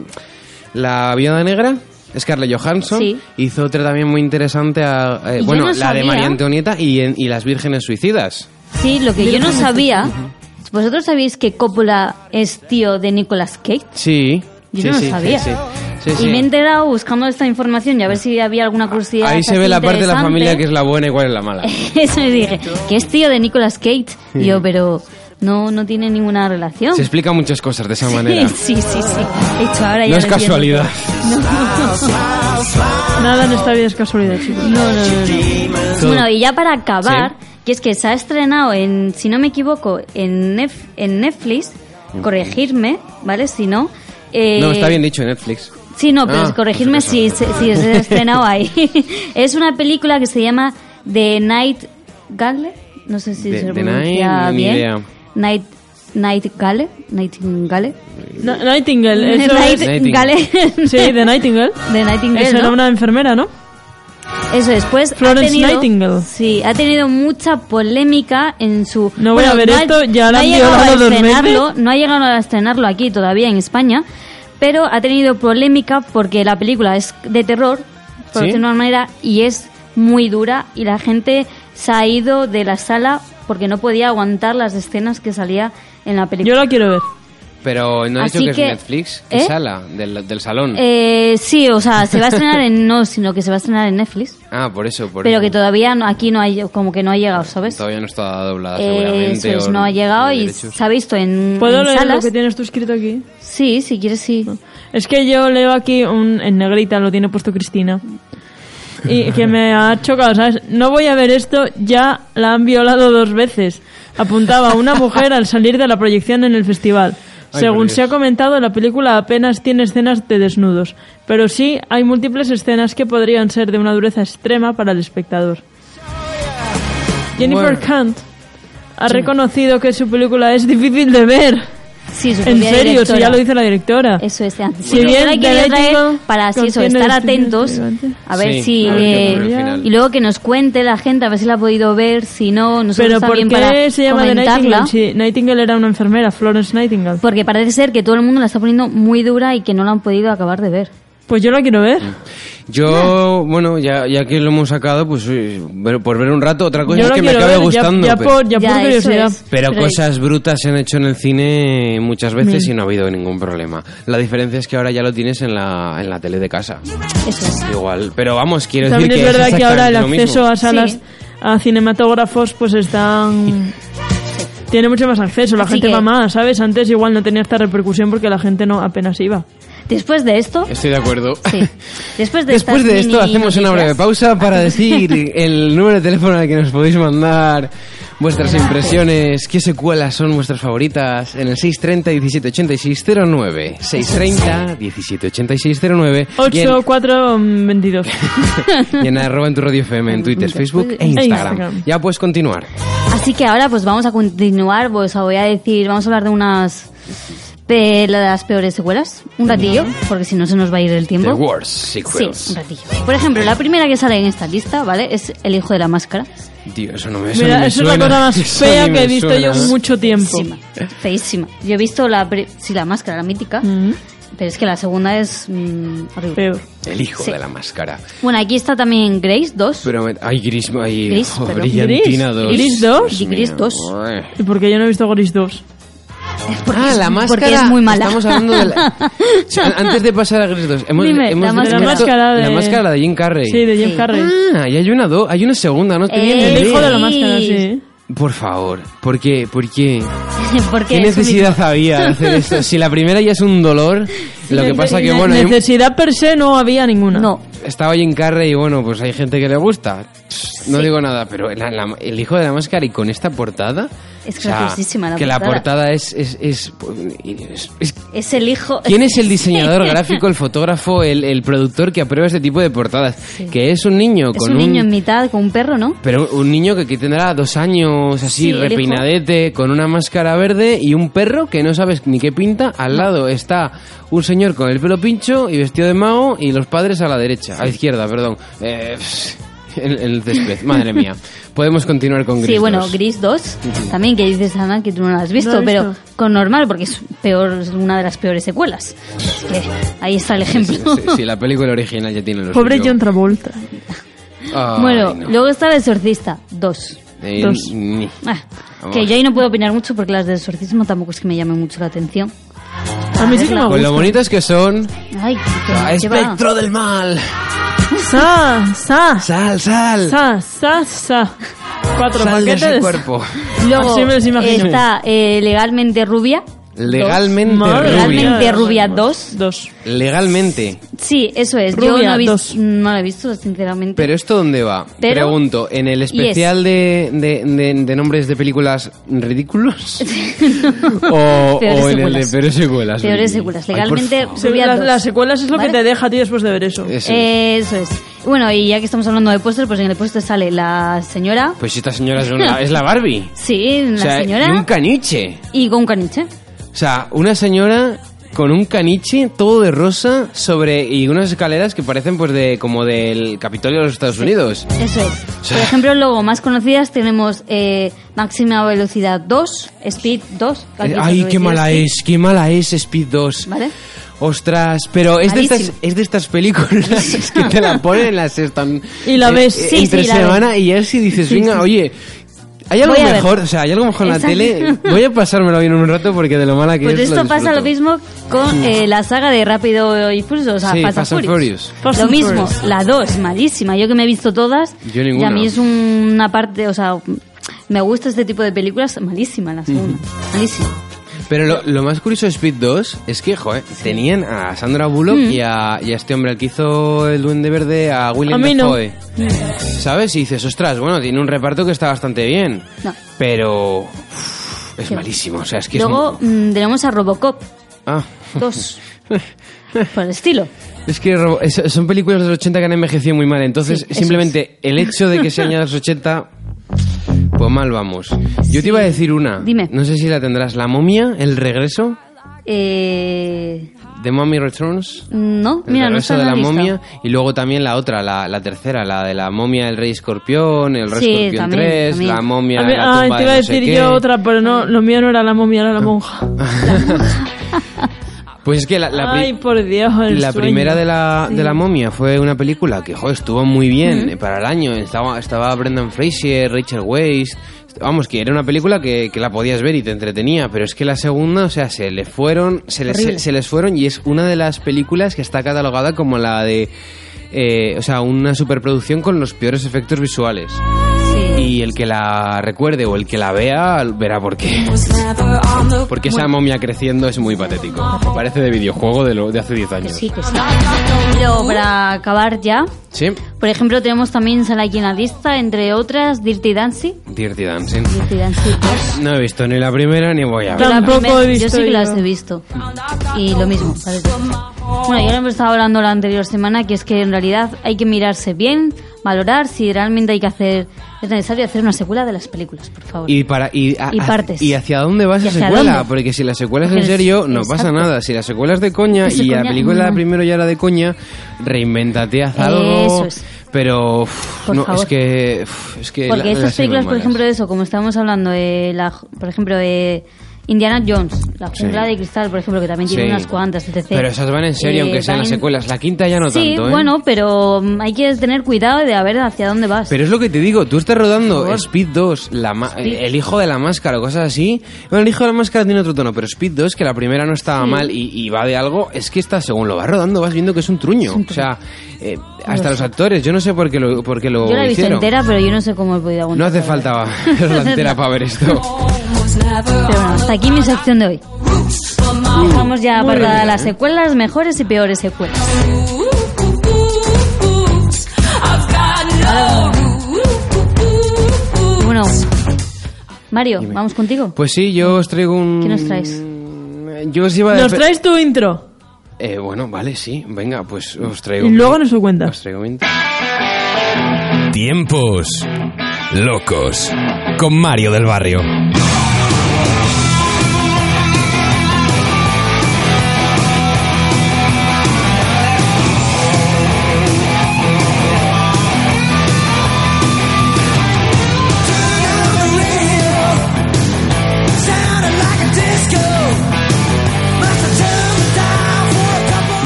La Viuda Negra, Scarlett Johansson. Sí. Hizo otra también muy interesante, a, eh, Y yo bueno, no la sabía. de María Antonieta y, en- y Las Vírgenes Suicidas. Sí, lo que yo no sabía. ¿Vosotros sabéis que Coppola es tío de Nicolas Cage? Sí. Yo sí, no lo sí, sabía. sí, sí. Sí, Y sí. me he enterado buscando esta información y a ver si había alguna curiosidad. Ahí se así ve la parte de la interesante. familia que es la buena y cuál es la (laughs) mala. Eso me dije, que es tío de Nicolas Cage. Y yo, pero no, no tiene ninguna relación. Se explica muchas cosas de esa (laughs) manera. sí, sí, sí, sí. De hecho, ahora ya No es lo entiendo. casualidad. Nada en esta vida es casualidad, chicos. No, no, no, no. Todo. Bueno, y ya para acabar, Sí. que es que se ha estrenado en, si no me equivoco, en, Nef- en Netflix, corregirme, ¿vale? Si no... eh, No, está bien dicho en Netflix. Sí, no, pero Ah, corregirme pues si, se- (laughs) si se ha estrenado ahí. (laughs) es una película que se llama The Night Gale. No sé si The- se The pronuncia Night, ni bien. idea. Night, Night Gale. Nightingale. Na- Nightingale, eso Night es- Gale. (laughs) Sí, de Nightingale. The Nightingale. Eso era ¿no? una enfermera, ¿no? Eso es, pues. ha Florence tenido- Nightingale. Sí, ha tenido mucha polémica en su. No voy a ver ha- esto, ya la ha han llegado violado a dos estrenarlo, veces. No ha llegado a estrenarlo aquí todavía en España, pero ha tenido polémica porque la película es de terror, por ¿Sí? decirlo de una manera, y es muy dura y la gente se ha ido de la sala porque no podía aguantar las escenas que salía en la película. Yo la quiero ver. Pero no he dicho Así que, que- es Netflix. ¿Qué ¿Eh? sala? Del, del salón. Eh, sí, o sea, se va a (laughs) estrenar en no, sino que se va a estrenar en Netflix, ah, por eso, por pero eso. que todavía no- aquí no hay, como que no ha llegado, ¿sabes? Todavía no está doblada, Eh, Ah, seguramente. Eso es, o no ha llegado de y derechos. se ha visto en, ¿Puedo en leer lo salas. que tienes tú escrito aquí? Sí, si quieres, sí. Es que yo leo aquí un, en negrita, lo tiene puesto Cristina. (laughs) Y que me ha chocado, ¿sabes? No voy a ver esto, ya la han violado dos veces. Apuntaba (laughs) una mujer al salir de la proyección en el festival. Ay, por Según Dios. se ha comentado, la película apenas tiene escenas de desnudos, pero sí hay múltiples escenas que podrían ser de una dureza extrema para el espectador. Jennifer Bueno. Kant ha reconocido que su película es difícil de ver. Sí, su En propia serio, si directora. ya lo dice la directora. Eso es, ya. Si Bueno, bien yo la quería The traer Nightingale para así, eso, contiene estar estudios atentos, relevantes. a ver Sí, si... a ver qué ocurre al eh, final. y luego que nos cuente la gente, a ver si la ha podido ver, si no, nosotros Pero ¿por también qué para se llama The comentarla. Nightingale? Si Nightingale era una enfermera, Florence Nightingale. Porque parece ser que todo el mundo la está poniendo muy dura y que no la han podido acabar de ver. Pues yo la quiero ver. Mm. Yo, bueno, ya, ya que lo hemos sacado, pues eh, ver- por ver un rato, otra cosa yo es la que me quiero acabe ver, gustando. Ya, ya pero- por, ya Ya, por eso curiosidad. es. Pero Pero- cosas brutas se han hecho en el cine muchas veces Mm. y no ha habido ningún problema. La diferencia es que ahora ya lo tienes en la, en la tele de casa. Eso es. Igual. Pero vamos, quiero También decir es que. verdad que ahora el exactamente lo acceso mismo. a salas, Sí. a cinematógrafos, pues (laughs) están... Tiene mucho más acceso, la Así gente que- va más, ¿sabes? Antes igual no tenía esta repercusión porque la gente no apenas iba. Después de esto... Estoy de acuerdo. Sí. (laughs) Después de, Después estas de esto mini hacemos una breve noticias. pausa (laughs) para decir el número de teléfono al que nos podéis mandar vuestras impresiones, qué secuelas son vuestras favoritas en el 630 178609, 630 178609 y en, 8, 4, 22. (laughs) y en arroba en tu radio FM en Twitter, Facebook e Instagram. Pues, Instagram. Ya puedes continuar. Así que ahora pues vamos a continuar, pues os voy a decir, vamos a hablar de unas de las peores secuelas, un ratillo, porque si no se nos va a ir el The tiempo. Worst Sí, Sequels. un ratillo. Por ejemplo, la primera que sale en esta lista, ¿vale? Es El hijo de la máscara. Tío, eso no me (laughs) eso ni Mira, me eso es la suena. cosa más Eso fea ni que me he visto suena. yo en mucho tiempo. Feísima, feísima. Yo he visto la pri- sí, la máscara, la mítica, Mm, pero es que la segunda es mm, horrible. Peor. El hijo Sí. de la máscara. Bueno, aquí está también Grace 2. Pero me- ay, gris, ay, Gris, oh, perdón. brillantina Gris, 2. Gris dos. Y Gris dos. ¿Y por qué yo no he visto Goris 2? es (laughs) porque, ah, es, la máscara. porque es muy mala. Estamos hablando de la... O sea, Antes de pasar a Gris 2, hemos, Dime, hemos la descubierto máscara. La máscara de- la máscara de Jim Carrey. Sí, de Jim Sí. Carrey. Ah, y hay una, do- hay una segunda, no tenía ni Eh, El idea. hijo de la máscara, sí. Por favor, ¿por qué? ¿Por qué? (laughs) porque ¿Qué es un necesidad había de hacer esto? Si la primera ya es un (laughs) dolor, lo que pasa que, bueno, hay un- Necesidad per se no había ninguna. No, estaba Jim Carrey y, bueno, pues hay gente que le gusta. No digo nada, pero la- la- el hijo de la máscara y con esta portada... Es o sea, graciosísima la Que la portada. portada es- es- es- pues, es- es es el hijo. ¿Quién es el diseñador (laughs) gráfico, el fotógrafo, el, el productor que aprueba este tipo de portadas? Que es un niño Es con un niño en mitad con un perro, ¿no? Pero un niño que, que tendrá dos años, así, Sí, el hijo. repeinadete, con una máscara verde y un perro que no sabes ni qué pinta. Al lado está un señor con el pelo pincho y vestido de mago y los padres a la derecha, a la izquierda, perdón. Eh, en, en el césped, madre mía. Podemos continuar con Gris sí, bueno, 2. Gris 2, también que dices, Ana, que tú no la has visto, No la he pero visto. con normal, porque es peor es una de las peores secuelas. Así que ahí está el Sí, ejemplo. sí, sí, la película original ya tiene los Pobre John Travolta. (laughs) bueno, luego está El Exorcista 2. Eh, dos. Ah, Vamos. que yo ahí no puedo opinar mucho porque las del exorcismo tampoco es que me llamen mucho la atención. A mí sí que me Ah, Con Pues lo gusta. bonitas que son. Ay, que Ah, me lleva- espectro del mal. Sa, sa, Sal, sal. sa, sa, sa. Cuatro Sal de paquetes. ese cuerpo. Luego Así me los imagino. está eh, Legalmente Rubia. Legalmente Madre rubia. Legalmente mía. rubia, dos. Dos. Legalmente. Sí, eso es. yo Rubia, no, he dos. visto, no la he visto, sinceramente. Pero esto dónde va? Pero- Pregunto, en el especial de, de- de- de nombres de películas (laughs) ridículos (laughs) o, Peores o en el de secuelas. peores secuelas. Peores Oye, secuelas. ay, Legalmente- por favor. Se- Rubia las, dos. las secuelas es lo ¿Vale? que te deja a ti después de ver eso. Eso es. Eh, Eso es. Bueno, y ya que estamos hablando de puestos, pues en el puesto sale la señora. Pues esta señora es, (laughs) una- es la Barbie. Sí, la o sea, señora. y un caniche. Y con un caniche. O sea, una señora con un caniche todo de rosa sobre y unas escaleras que parecen pues de como del Capitolio de los Estados Unidos. Eso es. Por ejemplo, luego más conocidas tenemos eh, Máxima Velocidad 2, Speed 2. que aquí Eh, se Ay, lo qué decía mala Speed, es, qué mala es Speed 2. ¿Vale? Ostras, pero es de, Malísimo. estas, es de estas películas (laughs) que te la ponen en la sexta. Y la eh, ves. eh, Sí, entre sí, la semana y ya si dices, venga, oye, hay algo Voy a ver. mejor, o sea, hay algo mejor en la Esa- tele. Voy a pasármelo bien un rato porque de lo mala que Pues es. esto pasa lo disfruto. Mm. mismo con eh, la saga de Rápido y Furioso, o sea, Sí, Fast and Furious. Fast lo and mismo, Furious. la 2, malísima. Yo que me he visto todas. Yo y ninguna. a mí es una parte, o sea, me gusta este tipo de películas, malísima la segunda. Malísima. Pero lo, lo más curioso de Speed 2 es que, joder, tenían a Sandra Bullock Mm. y, a, y a este hombre, el que hizo el Duende Verde, a William A mí no. Dafoe. Mm. ¿Sabes? Y dices, ostras, bueno, tiene un reparto que está bastante bien. No. Pero. uf, es Qué- malísimo, o sea, es que Luego es. mm, tenemos a Robocop Ah. (laughs) 2. Por el estilo. Es que Robo- es- son películas de los 80 que han envejecido muy mal, entonces Sí, eso simplemente el hecho de que se añadan los 80, pues mal vamos. Yo te iba a decir una, Dime. no sé si la tendrás, La momia, El regreso, Eh, mm, The Mummy Returns, no, El mira, no regreso está en de la, lista. momia, y luego también la otra, la, la tercera, la de la momia, El rey escorpión, El rey Sí, escorpión también, 3, también. La momia, A mí- la ay, tumba de te iba a no sé decir qué. yo otra, pero no, lo mío no era la momia, era la monja. (laughs) Pues es que la, la pri- Ay, por Dios. el La sueño. primera de la, de la momia fue una película que, joder, estuvo muy bien eh, para el año. Estaba, estaba Brendan Fraser, Richard Weisz. Vamos, que era una película que, que la podías ver y te entretenía, pero es que la segunda, o sea, se le fueron, se les, se, Horrible. se les fueron y es una de las películas que está catalogada como la de, eh, o sea, una superproducción con los peores efectos visuales. Sí. Y el que la recuerde o el que la vea, verá por qué. Porque esa momia creciendo es muy patético. Parece de videojuego de, lo, de hace 10 Que años. sí, que sí. Y luego, para acabar ya, Sí. por ejemplo, tenemos también sale aquí en la lista, entre otras, Dirty Dancing. Dirty Dancing. Dirty Dancing 2. No he visto ni la primera ni voy a ver. Claro. Tampoco La primera- he visto Yo sí que yo. las he visto. Y lo mismo. parece. Bueno, ya lo hemos estado hablando la anterior semana, que es que en realidad hay que mirarse bien, valorar si realmente hay que hacer. Es necesario hacer una secuela de las películas, por favor. Y, eh, para, y, a- Y a- partes. ¿Y hacia dónde va esa ¿Y hacia secuela? dónde? Porque si la secuela es en Porque es- serio, no pasa exacto. nada. Si la secuela es de coña Es de y la coña, película no. primero ya era de coña, reinventate, haz Eso algo. es. Pero uf, Por no, es favor. que. uf, es que Porque la- estas las hay muy películas, por malas. ejemplo, de eso, como estábamos hablando, eh, la, por ejemplo, eh, Indiana Jones, la Sí. jungla de cristal, por ejemplo, que también tiene Sí. unas cuantas, etc. Pero esas van en serio, Eh, aunque sean van las en- secuelas. La quinta ya no sí, tanto, ¿eh? bueno, pero mm, hay que tener cuidado de a ver hacia dónde vas. Pero es lo que te digo, tú estás rodando Por favor. Speed 2, la ma- Speed. el hijo de la máscara o cosas así. Bueno, el hijo de la máscara tiene otro tono, pero Speed 2, que la primera no estaba mal y, y va de algo, es que está, según lo vas rodando, vas viendo que es un truño. O sea, eh, hasta los actores, yo no sé por qué lo, por qué lo yo la he visto hicieron. entera, pero yo no sé cómo he podido aguantar. No hace la verdad. falta (laughs) (laughs) verla entera para ver esto. Pero bueno, hasta aquí mi sección de hoy. Vamos ya Muy apartada de bien, las ¿eh? secuelas, mejores y peores secuelas. Bueno, Mario, vamos contigo. Pues sí, yo os traigo un... ¿Qué nos traes? Yo os iba a... Nos defe- traes tu intro Eh, bueno, vale, sí. Venga, pues os traigo... y luego nos lo Os cuentas. traigo mi- Tiempos locos con Mario del Barrio.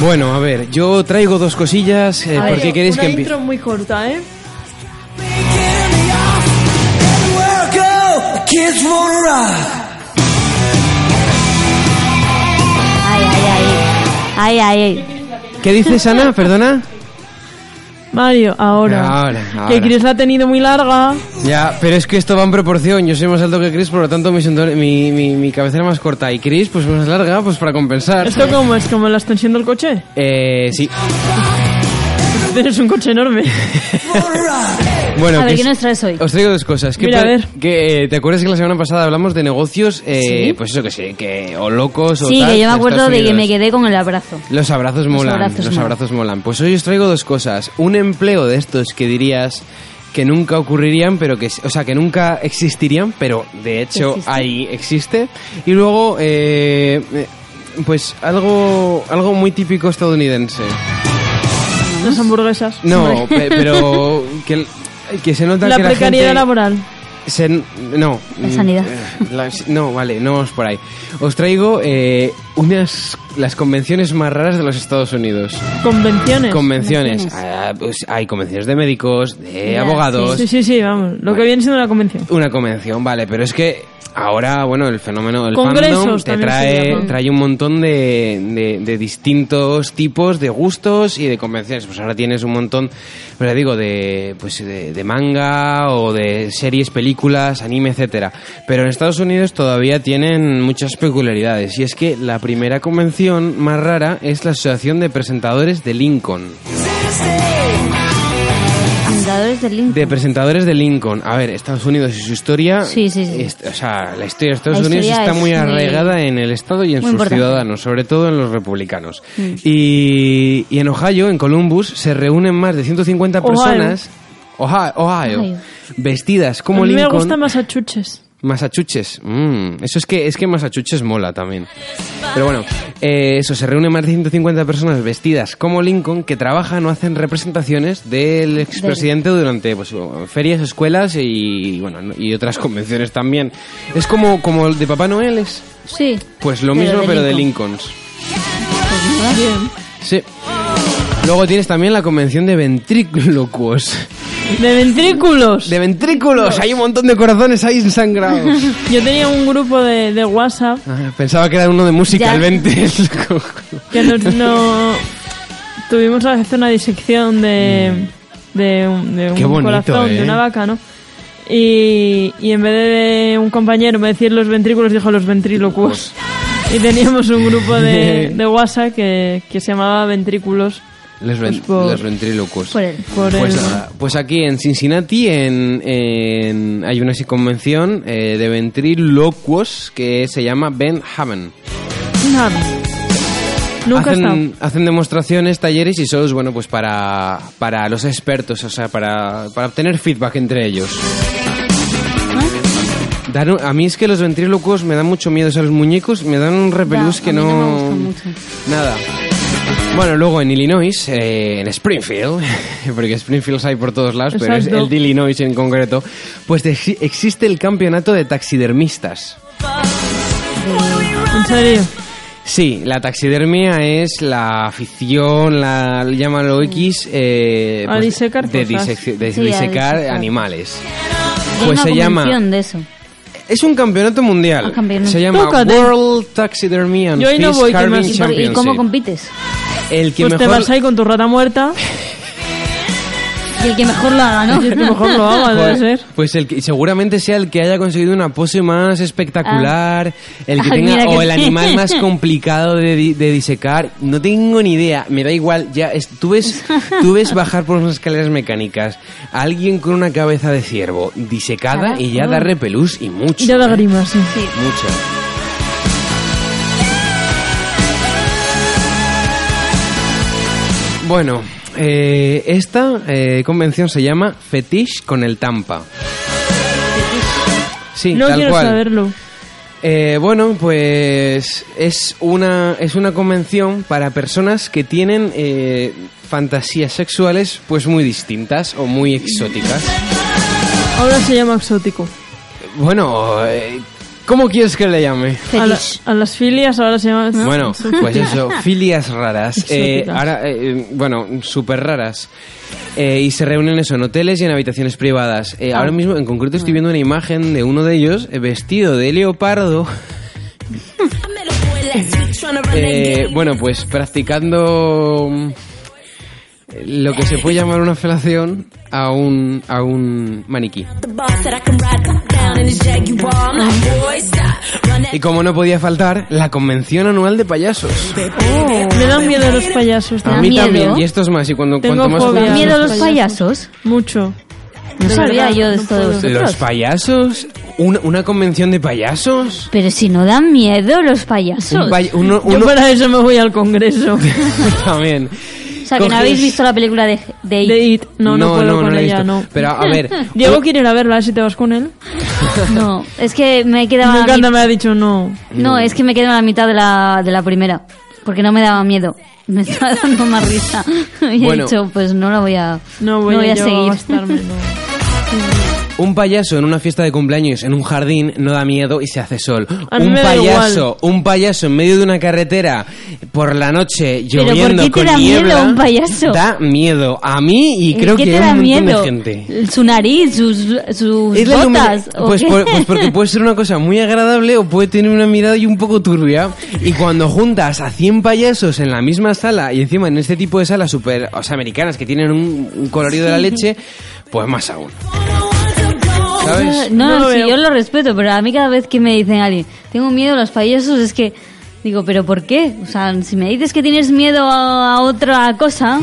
Bueno, a ver, yo traigo dos cosillas eh, A ver, porque queréis una que empie- intro muy corta, ¿eh? Ay, ay, ay. Ay, ay, ay. ¿Qué dices, (laughs) Ana? Perdona. Mario, ahora. Ahora, ahora. Que Chris la ha tenido muy larga. Ya, pero es que esto va en proporción. Yo soy más alto que Chris, por lo tanto mi, sentore- mi, mi, mi cabecera más corta y Chris pues más larga, pues para compensar. ¿Esto cómo es? ¿Como la extensión del coche? Eh, sí. Tienes un (laughs) coche enorme. Bueno, A ver, que ¿qué es- nos traes hoy? Os traigo dos cosas. ¿Qué Mira, a pe- ver. que, eh, ¿Te acuerdas que la semana pasada hablamos de negocios? eh, Sí. Pues eso que sí, que o locos o Sí, tal, que yo me de acuerdo Estados de que Unidos. me quedé con el abrazo. Los abrazos molan, los abrazos, abrazos molan. molan. Pues hoy os traigo dos cosas. Un empleo de estos que dirías que nunca ocurrirían, pero que, o sea, que nunca existirían, pero de hecho Existe. ahí existe. Y luego, eh, eh, pues algo, algo muy típico estadounidense. Las hamburguesas. No, pe- pero que, que se nota La que la precariedad gente- laboral. se- no. La Mm, sanidad. eh, la- no, vale, no os por ahí. Os traigo eh, unas las convenciones más raras de los Estados Unidos. Convenciones. Convenciones. Convenciones. Ah, pues hay convenciones de médicos, de Ya, abogados. sí, sí, sí, vamos. Lo que Vale. viene siendo una convención. Una convención, vale, pero es que ahora, bueno, el fenómeno del Congresos fandom te también se trae, llaman. trae un montón de, de- de distintos tipos de gustos y de convenciones. Pues ahora tienes un montón, pues ya digo, de, pues de, de manga o de series, películas, anime, etcétera. Pero en Estados Unidos todavía tienen muchas peculiaridades y es que la primera convención más rara es la Asociación de Presentadores de Lincoln. Fundadores del Lincoln. De presentadores de Lincoln. A ver, Estados Unidos y su historia. Sí, sí, sí. est- o sea, la historia de Estados La Unidos historia está es muy muy- arraigada en el Estado y en muy sus importante. Mm. ciudadanos, sobre todo en los republicanos. Y, y en Ohio, en Columbus, se reúnen más de 150 Ohio. personas. Ohio, Ohio, Ohio. Vestidas A como mí me Lincoln. gusta Massachusetts. Massachusetts. Mm, eso es que es que Massachusetts mola también. Pero bueno, eh, eso, se reúnen más de 150 personas vestidas como Lincoln que trabajan o hacen representaciones del expresidente durante pues, ferias, escuelas y bueno y otras convenciones también. Es como, como el de Papá Noel, es Sí. pues lo mismo pero de Lincolns. Sí. Luego tienes también la convención de ventrílocuos. De ventrículos. ¡De ventrículos! Hay un montón de corazones ahí ensangrados. Yo tenía un grupo de, de WhatsApp Ah, Pensaba que era uno de música, Ya. el 20. que no, no- tuvimos a veces una disección de, de un, de un Mm. Qué bonito, corazón, eh. de una vaca, ¿no? Y, y en vez de un compañero me decir los ventrículos, dijo (laughs) los ventrílocuos. Y teníamos un grupo de, de WhatsApp que, que se llamaba Ventrículos. los, ven- Pues por- los ventrílocos. Por él. Por Pues, el- nada, pues aquí en Cincinnati en, en- hay una así convención eh, de ventrílocuos que se llama Ben Haven. Nada. Nunca he hacen, hacen demostraciones, talleres y shows, bueno, pues para, para los expertos, o sea, para, para obtener feedback entre ellos. ¿Ah? Dar un- a mí es que los ventrílocos me dan mucho miedo, o sea, los muñecos me dan un repelús Ya, que a mí no... no me gustan mucho. Nada. Bueno, luego en Illinois, eh, en Springfield, (laughs) porque Springfields hay por todos lados, pero es Exacto. el de Illinois en concreto, pues exi- existe el campeonato de taxidermistas. De ¿En serio? Sí, la taxidermia es la afición, la llámalo X, eh, A disecar de, cosas. disec- de Sí, a disecar disecar. animales. Hay Pues una se llama. convención de eso. Es un campeonato mundial. Ah, campeonato. Se llama Tócate. World Taxidermy and Yo ahí no Fish voy, que me Carving has- ¿Y, por- y Championship. cómo compites? El que Pues te mejor vas ahí con tu (laughs) rata muerta Y el que mejor lo haga, ¿no? y el que mejor lo haga, debe Pues, ser. pues el que y seguramente sea el que haya conseguido una pose más espectacular, el que Ah, tenga mira o que el sí. animal más complicado de, di- de disecar, no tengo ni idea, me da igual, ya es- tú ves tú ves bajar por unas escaleras mecánicas a alguien con una cabeza de ciervo disecada y ya da repelús y mucho. Ya da ¿eh? grima, sí. Mucho. Bueno, eh, esta eh, convención se llama Fetish con el Tampa. Sí, no tal quiero cual. saberlo. Eh, bueno, pues es una, es una convención para personas que tienen eh, fantasías sexuales pues muy distintas o muy exóticas. Ahora se llama exótico. Bueno, eh, ¿cómo quieres que le llame? A, la- Fetish. a las filias ahora se llama... Bueno, pues eso, filias raras. Eh, Exóticas. ahora, eh, bueno, súper raras. Eh, y se reúnen eso en hoteles y en habitaciones privadas. Eh, Ahora mismo, en concreto, estoy viendo una imagen de uno de ellos eh, vestido de leopardo. Eh, bueno, pues practicando mm, lo que se puede llamar una felación a un, a un maniquí. Y como no podía faltar, la convención anual de payasos. Me dan miedo los payasos. A ¿Da mí miedo? también, y estos más. Y cuando Tengo cuanto más fobia. ¿Da juntas- miedo a los (laughs) los payasos? Mucho. No De sabía verdad, yo de no esto de puedo. vosotros. ¿Los payasos? ¿Una, una convención de payasos? Pero si no dan miedo los payasos. Un pay- uno, Yo uno- para eso me voy al congreso. (laughs) también. O sea, que no habéis visto la película de, de De It. IT. No, no, puedo con la he ella, visto. no. Pero a ver, Diego quiere ir a verla, a ver si te vas con él. No, es que me quedaba... Nunca mi- me ha dicho no. No, es que me quedo en la mitad de la, de la primera. Porque no me daba miedo. Me (laughs) estaba dando más risa. Y Bueno. he dicho, pues no la voy a... No voy, a yo seguir. (laughs) gastarme, no. un payaso en una fiesta de cumpleaños en un jardín no da miedo y se hace sol. A mí Un me da payaso, un payaso en medio de una carretera por la noche ¿Pero por lloviendo qué te con da miedo niebla, un payaso? Da miedo a mí y creo ¿Qué que te a da un montón miedo? de gente. Su nariz, sus, sus Es la ilumina- botas. ¿o pues, qué? por- pues porque puede ser una cosa muy agradable o puede tener una mirada y un poco turbia. Y cuando juntas a 100 payasos en la misma sala y encima en este tipo de salas super, o sea, americanas que tienen un, un colorido de la leche, pues más aún. ¿Sabes? No, No no, lo sí, veo. yo lo respeto, pero a mí cada vez que me dicen a alguien, tengo miedo a los payasos, es que digo, ¿pero por qué? O sea, si me dices que tienes miedo a, a otra (laughs) cosa,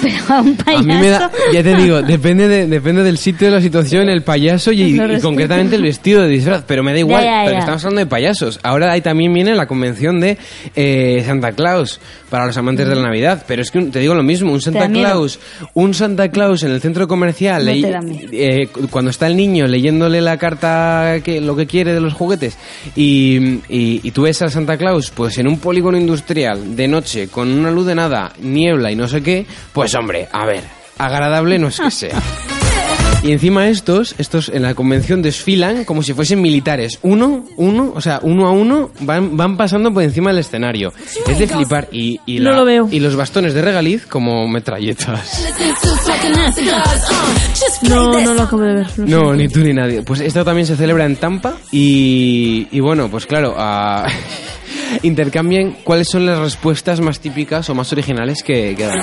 pero a un payaso. A mí me da, ya te digo, depende, de- depende del sitio, de la situación, el payaso y, Lo y respeto. concretamente el vestido de disfraz, pero me da igual, ya, porque ya. estamos hablando de payasos. Ahora ahí también viene la convención de eh, Santa Claus para los amantes de la Navidad, pero es que un- te digo lo mismo, un Santa Mm. da miedo? Claus, un Santa Claus en el centro comercial, No te ley- da miedo. eh, cu- cuando está el niño leyéndole la carta que lo que quiere de los juguetes y, y- y tú ves a Santa Claus pues en un polígono industrial de noche con una luz de nada, niebla y no sé qué, pues hombre, a ver, agradable no es que (laughs) sea. Y encima estos, estos en la convención desfilan como si fuesen militares. Uno, uno, o sea, uno a uno van, van pasando por encima del escenario. Es de flipar. Y, y No lo veo. y los bastones de regaliz como metralletas. No, no lo acabo de ver. No, lo siento. ni tú ni nadie. Pues esto también se celebra en Tampa. Y, y bueno, pues claro, ah, (laughs) intercambien cuáles son las respuestas más típicas o más originales que, que dan.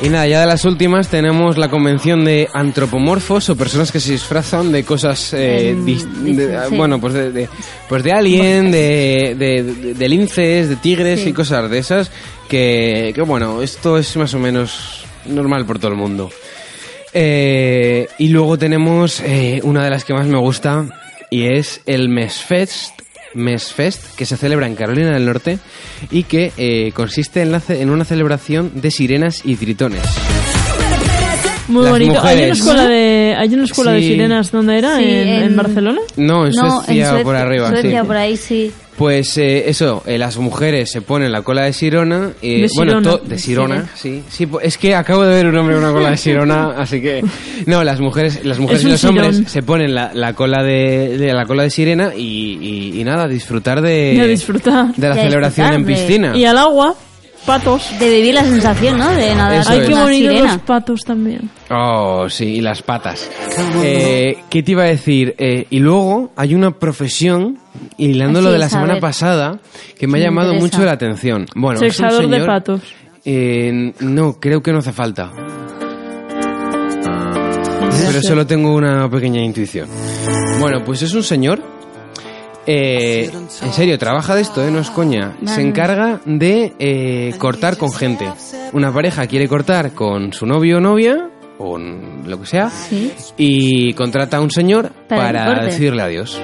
Y nada, ya de las últimas tenemos la convención de antropomorfos o personas que se disfrazan de cosas, eh, Em, dis- de- dis- sí. bueno, pues de, de- pues de alien, de, de, de- de linces, de tigres Sí. y cosas de esas, que, que bueno, esto es más o menos normal por todo el mundo. Eh, y luego tenemos eh, una de las que más me gusta y es el Mesfest. Mesfest, que se celebra en Carolina del Norte y que eh, consiste en, la ce- en una celebración de sirenas y tritones. Muy Las bonito. Hay una mujeres. escuela de, hay una escuela de Sí. sirenas, ¿dónde era? Sí, ¿En, en en- Barcelona? No, en No, Suecia, por arriba. Suecia sí. por ahí sí. Pues eh, eso, eh, las mujeres se ponen la cola de Sirona. eh, De bueno, Sirona. to- de Sirona, sí. Sí, po- es que acabo de ver un hombre con una cola de Sirona, (laughs) así que no, las mujeres, las mujeres Es y un los hombres sirón. se ponen la, la cola de, de la cola de Sirena y, y- y nada, disfrutar de De disfrutar. de la De celebración en disfrutar, de- piscina. Y al agua, patos. De vivir la sensación, ¿no? De nadar Eso con Ay, es. qué una bonitos sirena. los patos también. Oh, sí, y las patas. Eh, ¿Qué te iba a decir? Eh, y luego hay una profesión, hilando lo Así de la es, Ah, a semana ver. pasada, que me ha Me llamado interesa. mucho la atención. Bueno, es un Sexador de señor- patos. Eh, no, creo que no hace falta. Pero solo tengo una pequeña intuición. Bueno, pues es un señor. eh, en serio, trabaja de esto, eh, no es coña. Se Vale. encarga de eh, cortar con gente. Una pareja quiere cortar con su novio o novia, o n- lo que sea, Sí. y contrata a un señor Para que para corte. decirle adiós.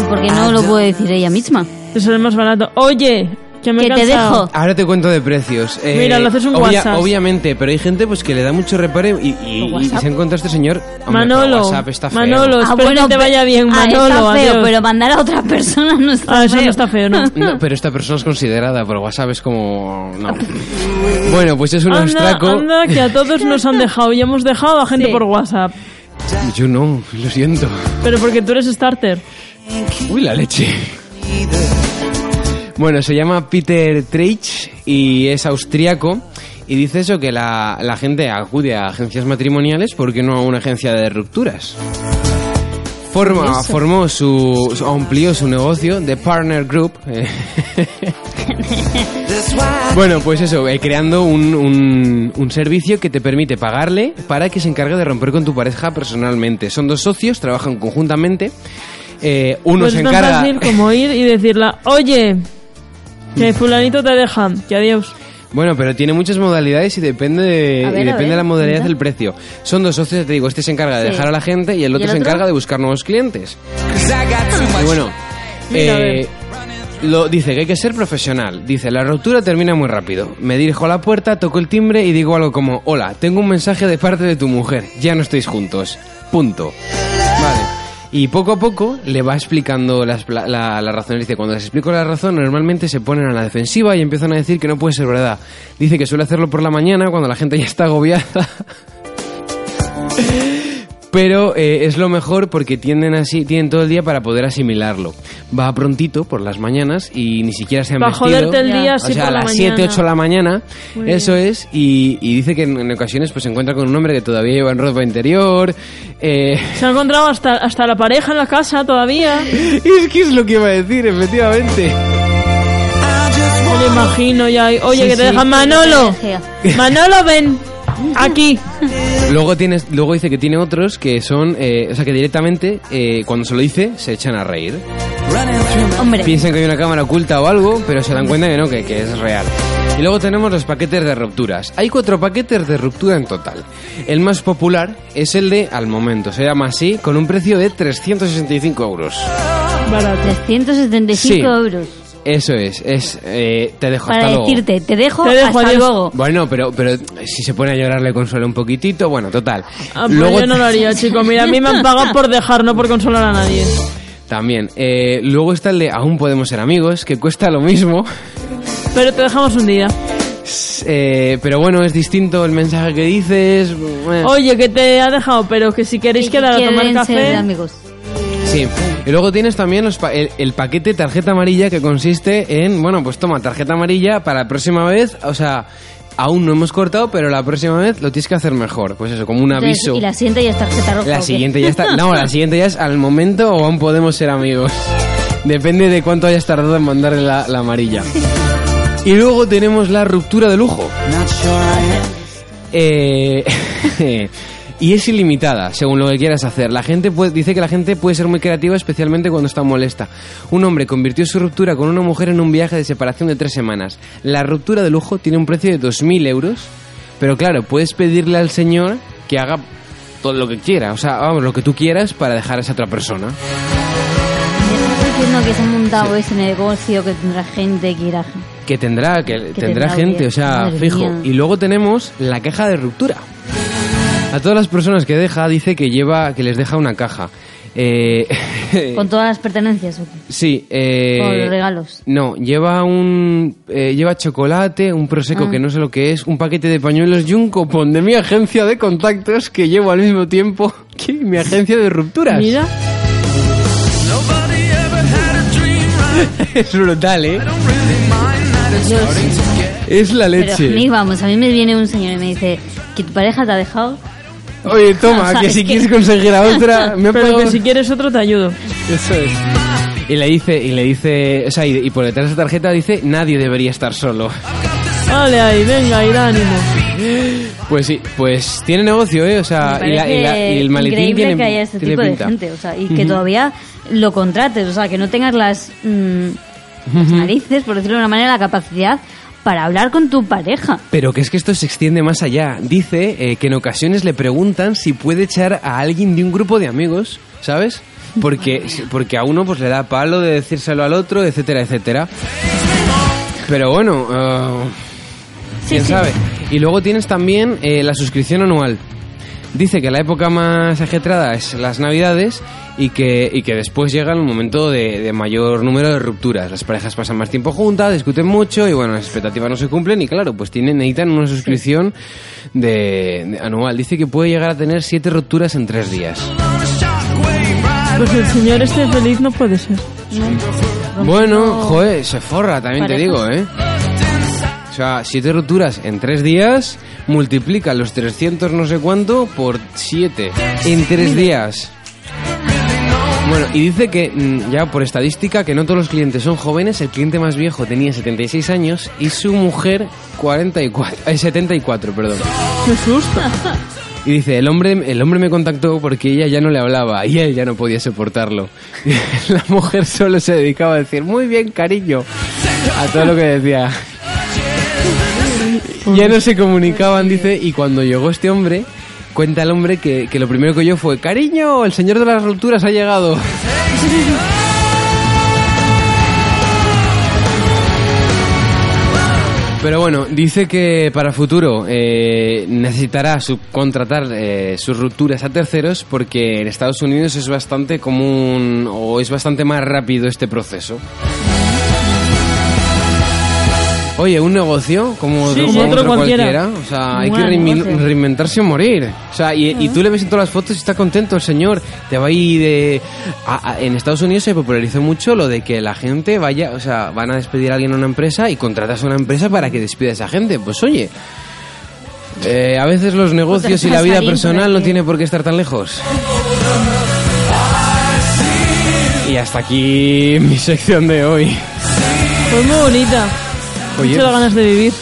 ¿Y por qué Ah, no lo puede decir ella misma? Eso es más barato. Oye, que me he Que te cansado. dejo. Ahora te cuento de precios. Eh, Mira, lo haces un WhatsApp. Obviamente, pero hay gente pues que le da mucho reparo y, y- y se ha encontrado este señor. Hombre, Manolo, pero WhatsApp está feo. Manolo. Espero que te vaya bien, ah, Manolo, está feo, adiós. pero mandar a otra persona no está Ah, eso no está feo, (laughs) ¿no? (laughs) No, pero esta persona es considerada por WhatsApp, es como. No. Bueno, pues es un Anda, abstraco. anda, que a todos nos han dejado y hemos dejado a gente Sí. por WhatsApp. Yo no, lo siento. Pero porque tú eres starter. Uy, la leche. Bueno, se llama Peter Treich y es austriaco. Y dice eso que la, la gente acude a agencias matrimoniales porque no a una agencia de rupturas. Forma, formó su, su- amplió su negocio de Partner Group. (laughs) eh, bueno, pues eso, eh, creando un, un- un servicio que te permite pagarle para que se encargue de romper con tu pareja personalmente. Son dos socios, trabajan conjuntamente. eh, uno pues se es tan encarga. fácil como ir y decirla, oye, que Mm. fulanito te deja, que adiós. Bueno, pero tiene muchas modalidades y depende de, A ver, y a depende ver, de la modalidad cuenta. del precio. Son dos socios, ya te digo, este se encarga de Sí. dejar a la gente y el otro, el se otro? encarga de buscar nuevos clientes. Y bueno, Mira, a ver. eh, lo, dice que hay que ser profesional. Dice, la ruptura termina muy rápido. Me dirijo a la puerta, toco el timbre y digo algo como, hola, tengo un mensaje de parte de tu mujer, ya no estáis juntos. Punto. Vale. Y poco a poco le va explicando las, pla- la, las razones. Dice, cuando les explico la razón, normalmente se ponen a la defensiva y empiezan a decir que no puede ser verdad. Dice que suele hacerlo por la mañana, cuando la gente ya está agobiada. (laughs) Pero eh, es lo mejor porque tienden así, tienen todo el día para poder asimilarlo. Va prontito por las mañanas y ni siquiera se han Para vestido. joderte el día Ya. así o sea, por a la las 7, mañana. 8 de la mañana, Muy eso es, y, y dice que en, en ocasiones pues se encuentra con un hombre que todavía lleva en ropa interior. eh, Se ha encontrado hasta, hasta la pareja en la casa todavía. (laughs) es que es lo que iba a decir, efectivamente. Me lo imagino ya. ahí, Oye, Sí, que te sí. dejan (laughs) Manolo. Deja. Manolo, ven. Aquí. Luego, tienes, luego dice que tiene otros que son, eh, o sea, que directamente eh, cuando se lo dice se echan a reír. Hombre, Piensan que hay una cámara oculta o algo, pero se dan cuenta que no, que, que es real. Y luego tenemos los paquetes de rupturas. Hay cuatro paquetes de ruptura en total. El más popular es el de Al Momento, se llama así, con un precio de 365 euros. Barato. 375 euros. Eso es, es eh, te dejo Para hasta luego. decirte, te dejo, Te dejo, hasta adiós. luego. Bueno, pero, pero si se pone a llorar le consuela un poquitito, bueno, total. Ah, pues yo no lo haría, chico. Mira, a mí me han pagado por dejar, no por consolar a nadie. También. eh, luego está el de Aún podemos ser amigos, que cuesta lo mismo. (laughs) Pero te dejamos un día. eh, pero bueno, es distinto el mensaje que dices. eh. Oye, que te ha dejado, pero que si queréis Y que quedar a tomar quieren ser café. amigos. Sí. Y luego tienes también los pa- el, el paquete tarjeta amarilla que consiste en, bueno, pues toma tarjeta amarilla para la próxima vez, o sea, aún no hemos cortado, pero la próxima vez lo tienes que hacer mejor. Pues eso, como un Entonces, aviso. y la siguiente ya está tarjeta roja. La ¿o qué? siguiente ya está. No, la siguiente ya es al momento o aún podemos ser amigos. Depende de cuánto hayas tardado en mandarle la, la amarilla. Y luego tenemos la ruptura de lujo. Eh, (laughs) y es ilimitada, según lo que quieras hacer. La gente puede- dice que la gente puede ser muy creativa, especialmente cuando está molesta. Un hombre convirtió su ruptura con una mujer en un viaje de separación de tres semanas. La ruptura de lujo tiene un precio de 2.000 euros, pero claro, puedes pedirle al señor que haga todo lo que quiera, o sea, vamos, lo que tú quieras para dejar a esa otra persona. (laughs) Estoy diciendo que se ha montado ese negocio que tendrá gente que irá. Que tendrá, que, Que tendrá tendrá gente, audiencia. o sea, Madre fijo. mía. Y luego tenemos la caja de ruptura. A todas las personas que deja, dice que lleva, que les deja una caja. Eh, Con todas las pertenencias. ¿o qué? (laughs) sí, eh, Con los regalos. No, lleva un eh, lleva chocolate, un prosecco Ah. que no sé lo que es, un paquete de pañuelos y un cupón de mi agencia de contactos que llevo al mismo tiempo que mi agencia de rupturas. Mira, (laughs) Es brutal, ¿eh? Dios. Es la Pero leche. a mí, vamos, a mí me viene un señor y me dice que tu pareja te ha dejado. Oye, toma, (laughs) O sea, que es si que- quieres conseguir a (laughs) otra, me ha pero pagado- que si quieres otro te ayudo. Eso es. Y le dice, y le dice, o sea, y, y por detrás de esa tarjeta dice, nadie debería estar solo. Vale ahí, venga, y da ánimo. Pues sí, pues tiene negocio, ¿eh? O sea, Me y, la- y la- y el parece maletín increíble tiene, que haya este tiene tipo pinta. de gente, o sea, y que todavía lo contrates, o sea, que no tengas las, mm, las narices, por decirlo de una manera, la capacidad para hablar con tu pareja. Pero que es que esto se extiende más allá. Dice eh, que en ocasiones le preguntan si puede echar a alguien de un grupo de amigos, ¿sabes? Porque, porque a uno pues le da palo de decírselo al otro, etcétera, etcétera. Pero bueno, eh, quién sí. sabe. Y luego tienes también eh, la suscripción anual. Dice que la época más ajetreada es las navidades y que, y que después llega el momento de, de mayor número de rupturas. Las parejas pasan más tiempo juntas, discuten mucho y bueno, las expectativas no se cumplen y claro, pues tienen, necesitan una suscripción de, de anual. Dice que puede llegar a tener siete rupturas en tres días. Pues el señor este feliz no puede ser. Bueno, joder, se forra, también te digo, Parejas. ¿eh? O sea, siete rupturas en tres días, multiplica los 300 no sé cuánto por siete en tres días. Bueno, y dice que mm, ya por estadística que no todos los clientes son jóvenes, el cliente más viejo tenía 76 años y su mujer 44, eh, 74, perdón. Qué susto. Y dice, el hombre, el hombre me contactó porque ella ya no le hablaba y él ya no podía soportarlo. (laughs) La mujer solo se dedicaba a decir, muy bien, cariño, a todo lo que decía. (laughs) Ya no se comunicaban, dice, y cuando llegó este hombre, cuenta el hombre que, que lo primero que oyó fue, cariño, el señor de las rupturas ha llegado. Pero bueno, dice que para futuro eh, necesitará subcontratar eh, sus rupturas a terceros porque en Estados Unidos es bastante común o es bastante más rápido este proceso. Oye, un negocio como, Sí, como sí, otro cualquiera. O sea, hay que Buen reinvin- negocio. reinventarse o morir. O sea, y, y tú le ves en todas las fotos y está contento el señor. Te va ahí de... a- a- en Estados Unidos se popularizó mucho lo de que la gente vaya... O sea, van a despedir a alguien a una empresa y contratas a una empresa para que despida a esa gente. Pues oye... eh, a veces los negocios y la vida Pues Contratas a alguien personal para no que- ¿eh? tiene por qué estar tan lejos. Y hasta aquí mi sección de hoy. (laughs) Pues muy bonita. Oye, Mucho las ganas de vivir.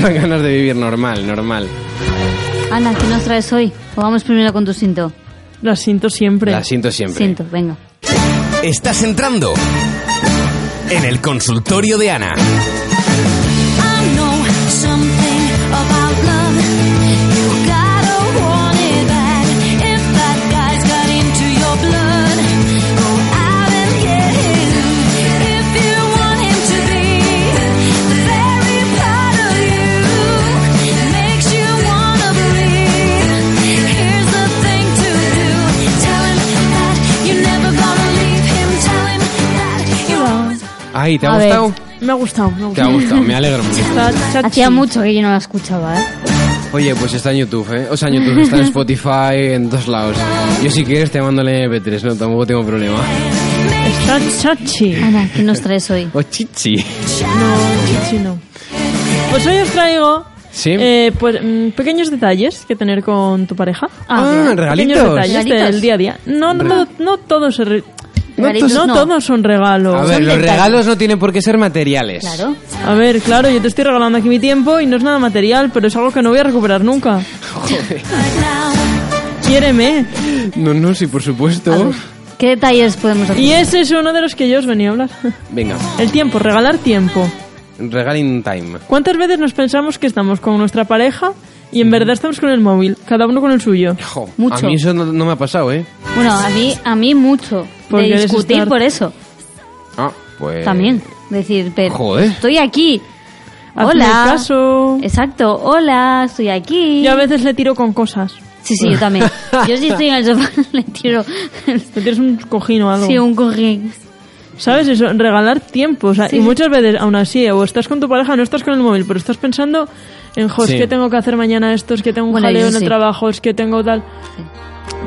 dan ganas de vivir normal, normal. Ana, ¿qué nos traes hoy? O vamos primero con tu cinto. Las siento siempre. La siento siempre. Cinto, venga. Estás entrando en el consultorio de Ana. Ay, ¿te ha A ver. gustado? Me ha gustado, me ha Te ha gustado. gustado, me alegro mucho. (laughs) Está chachi. Hacía mucho que yo no la escuchaba, ¿eh? Oye, pues está en YouTube, ¿eh? O sea, en YouTube está en Spotify, en todos lados. Yo si quieres te mando el MP3, no, tampoco tengo problema. Está chachi. Ana, ¿qué nos traes hoy? O Oh, chichi. No, sí, no. Pues hoy os traigo Sí. eh, pues, mm, pequeños detalles que tener con tu pareja. ah, Pequeños regalitos. detalles Regalitos. del día a día. No, no, todo- no todo se re- No Regalitos, todos- no todos son regalos. A ver, Son los detalles. regalos no tienen por qué ser materiales. Claro. A ver, claro, yo te estoy regalando aquí mi tiempo y no es nada material, pero es algo que no voy a recuperar nunca. Quiéreme. No, no, sí, por supuesto. ¿Qué detalles podemos hacer? Y ese es uno de los que yo os venía a hablar. Venga, El tiempo, regalar tiempo. regaling time. ¿Cuántas veces nos pensamos que estamos con nuestra pareja y en verdad estamos con el móvil, cada uno con el suyo? Jo, Mucho. A mí eso no, no me ha pasado, ¿eh? Bueno, a mí, a mí mucho. Porque de eres discutir estar- por eso. Ah, pues... También. Decir, pero Joder. estoy aquí. Hazme hola. caso. Exacto, hola, estoy aquí. Yo a veces le tiro con cosas. Sí, sí, (laughs) yo también. Yo sí estoy en el sofá, (laughs) le tiro Le tienes un cojín o algo. sí, un cojín. ¿Sabes eso? Regalar tiempo. o sea, Sí, y sí. muchas veces, aún así, eh, o estás con tu pareja, no estás con el móvil, pero estás pensando en, jo, Sí. es que tengo que hacer mañana esto, es que tengo un Bueno, jaleo eso en el sí. trabajo, es que tengo tal...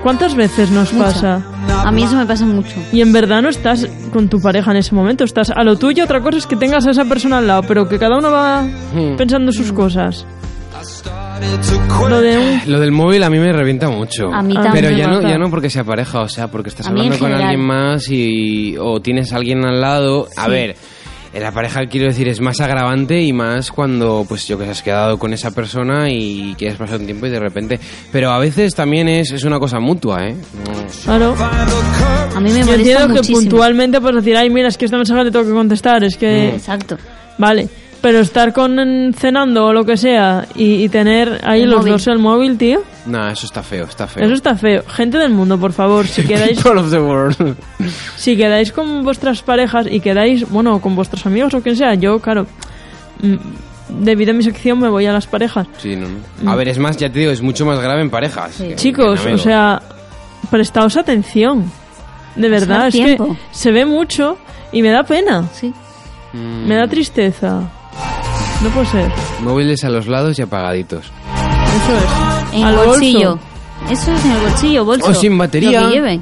¿Cuántas veces nos Mucho. pasa? A mí eso me pasa mucho. Y en verdad no estás con tu pareja en ese momento, estás a lo tuyo, otra cosa es que tengas a esa persona al lado, pero que cada uno va pensando Hmm. sus cosas. Lo de un... (laughs) Lo del móvil a mí me revienta mucho. A mí Ah. también Pero me ya no, pasa. ya no porque sea pareja, o sea, porque estás A mí en hablando con general. alguien más y, o tienes a alguien al lado. A ver, en la pareja quiero decir es más agravante y más cuando, pues yo que sé, has quedado con esa persona y quieres pasar un tiempo y de repente. Pero a veces también es, es una cosa mutua, ¿eh? No. Claro. A mí me Yo molesta entiendo que muchísimo. puntualmente puedes decir, ay, mira, es que este mensaje le tengo que contestar, es que... Exacto. Vale, pero estar con cenando o lo que sea y, y tener ahí El los móvil. dos el móvil, tío, Nah, eso está feo, está feo. eso (laughs) está feo. Gente del mundo, por favor, si quedáis, People of the world. si quedáis con vuestras parejas y quedáis, bueno, con vuestros amigos o quien sea, yo, claro, mm, debido a mi sección me voy a las parejas. Sí, no, Mm. no. A ver, es más, ya te digo, es mucho más grave en parejas. que- que en Chicos, o amigos. sea, prestaos atención. De verdad, es que tiempo. se ve mucho y me da pena, Sí. me Mm. da tristeza. No puede ser. Móviles a los lados y apagaditos. Eso es. En Al el bolso. Oh, bolsillo. Eso es en el bolsillo, bolso. O sin batería. Lo que lleve.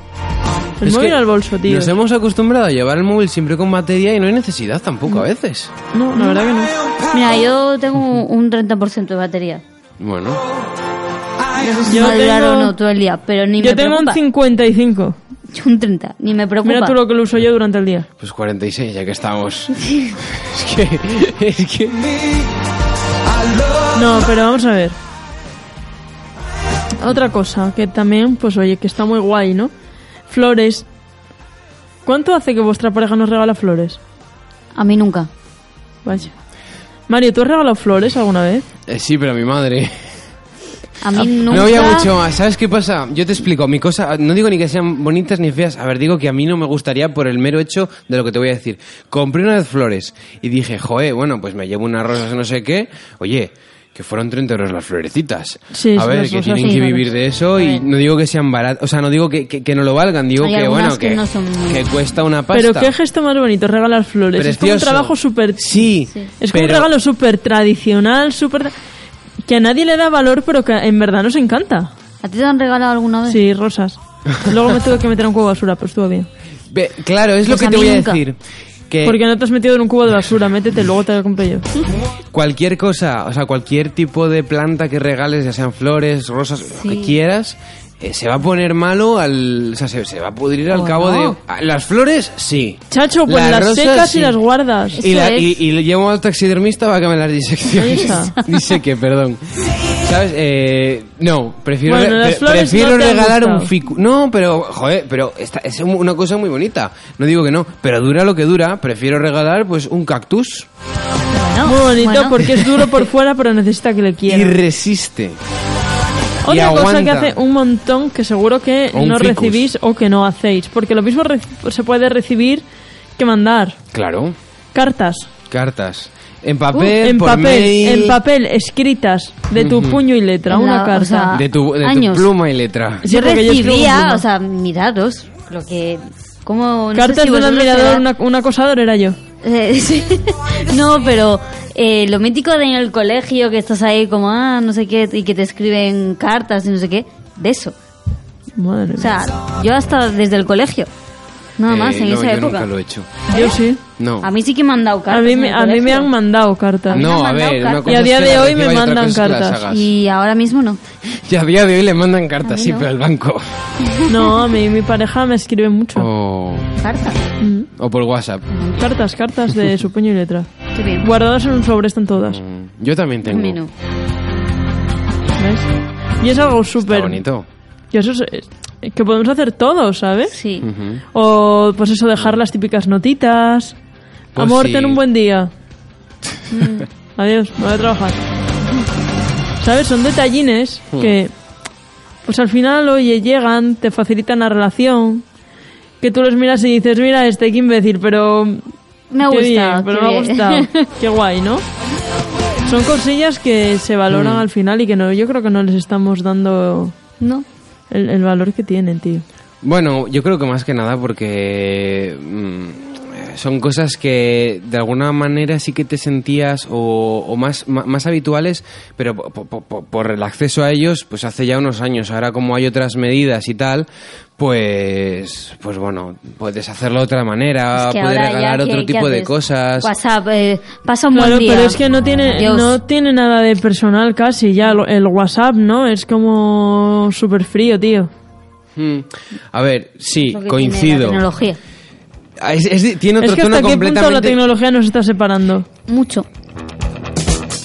El Es móvil que al bolso, tío. Nos hemos acostumbrado a llevar el móvil siempre con batería y no hay necesidad tampoco a veces. No, la verdad que no. Mira, yo tengo un 30% de batería. Bueno, No sé si Yo va a durar tengo- o no todo el día, pero ni Yo me tengo preocupa. un 55. Yo (laughs) un 30, ni me preocupa. Mira tú lo que lo uso yo durante el día. pues 46 ya que estamos. (laughs) es que... Es que... No, pero vamos a ver. Otra cosa que también, pues oye, que está muy guay, ¿no? Flores. ¿Cuánto hace que vuestra pareja nos regala flores? A mí nunca. Vaya. Mario, ¿tú has regalado flores alguna vez? Eh, sí, pero mi madre. A Ah, mí nunca. No había mucho más. ¿Sabes qué pasa? Yo te explico. Mi cosa... No digo ni que sean bonitas ni feas. A ver, digo que a mí no me gustaría por el mero hecho de lo que te voy a decir. Compré una vez flores y dije, joe, bueno, pues me llevo unas rosas no sé qué. Oye... Que fueron 30 euros las florecitas. Sí, a sí, ver, las que rosas tienen sí, que vale. vivir de eso y Vale. no digo que sean baratas, o sea, no digo que, que- que no lo valgan, digo Hay que algunas bueno, que que, no son muy- que cuesta una pasta. Pero qué gesto más bonito, regalar flores. Es como un Precioso. trabajo súper... Sí, Sí. Es como un pero- regalo súper tradicional, súper... Que a nadie le da valor, pero que en verdad nos encanta. ¿A ti te han regalado alguna vez? Sí, rosas. Luego me tuve que meter un cubo de basura, pero estuvo bien. Ve- claro, es lo Pues que a te mí voy a nunca. decir. Que Porque no te has metido en un cubo de basura, métete, luego te lo compré yo. cualquier cosa, o sea, cualquier tipo de planta que regales, ya sean flores, rosas, lo que Sí. quieras, eh, se va a poner malo al. O sea, se, se va a pudrir al ¿O cabo no? de. ah, Las flores, sí. Chacho, pues Las las, rosas, secas sí. y las guardas. Y, Eso la- es. y- y le llevo al taxidermista para que me las diseccione. Ahí está. (laughs) Dice que, perdón. ¿Sabes? Eh, no, prefiero, Bueno, re- las pre- flores prefiero no te han regalar un gustado. ficu. No, pero, joder, pero esta- es un- una cosa muy bonita. No digo que no, pero dura lo que dura. Prefiero regalar, pues, un cactus No. Muy bonito Bueno, porque es duro por fuera, pero necesita que le y quieran. resiste. y Otra cosa que aguanta. hace un montón que seguro que O un no ficus. recibís o que no hacéis. Porque lo mismo re- se puede recibir que mandar. Claro, Cartas. Uh, cartas. Uh, En papel, en por papel, mail, en papel, escritas de tu puño y letra, La- una o carta. sea, De tu, de tu Años. pluma y letra. Sí, Yo porque yo escribo un recibía, libro. o sea, mirados, lo que... Como, no sé Cartas si de un vosotros admirador, te da- una- un acosador era yo. (laughs) Eh, sí. (laughs) No, pero eh, lo mítico de en el colegio, que estás ahí como, ah, no sé qué, y que te escriben cartas y no sé qué, de eso. Madre O sea, yo hasta desde el colegio, nada Eh, más en no, esa yo época. nunca lo he hecho. mía. Yo sí. No. A mí sí que me han dado cartas. A mí, en me- el a mí me colegio. han mandado cartas. mí me No, han a mandado ver, una cartas. cosa Y a es día que de la hoy me recibas otra mandan cosa es que las cartas. hagas. Y ahora mismo no. Y a día de hoy le mandan cartas A mí no. siempre al banco. No, a mí mi pareja me escribe mucho. O, Cartas. o por WhatsApp. Cartas, cartas de su puño y letra. Qué bien. Guardadas en un sobre están todas. Yo también A tengo. mí Mm. no. ¿Ves? Y es algo súper... Está bonito. Que eso es- es que podemos hacer todos, ¿sabes? Sí. O pues eso, dejar las típicas notitas. Pues Amor, sí. ten un (laughs) buen día. Adiós, me voy a trabajar. ¿Sabes? Son detallines Hmm. que... Pues al final, oye, llegan, te facilitan la relación. Que tú los miras y dices, mira este, qué imbécil, pero... Me ha Mm. qué gustado. bien, pero qué me ha bien. gustado. Qué guay, ¿no? Son cosillas que se valoran Mm. al final y que no, yo creo que no les estamos dando (laughs) No. el, el valor que tienen, tío. Bueno, yo creo que más que nada porque mm, eh, son cosas que de alguna manera sí que te sentías o, o más, ma- más habituales, pero po- po- po- por, el acceso a ellos, pues hace ya unos años. Ahora como hay otras medidas y tal, pues, pues bueno, puedes hacerlo de otra manera, Es que puedes ahora ya, Ah, regalar ¿qué- otro qué tipo de haces? cosas. WhatsApp, eh, pasa un Claro, buen día. pero es que no tiene, Dios. no tiene nada de personal casi ya lo- el WhatsApp, ¿no? Es como súper frío, tío. Mm. A ver, sí, Lo que tiene la coincido. tecnología. Ah, es- es- tiene otro Es que tono hasta qué punto la completamente... tecnología nos está separando. Mucho,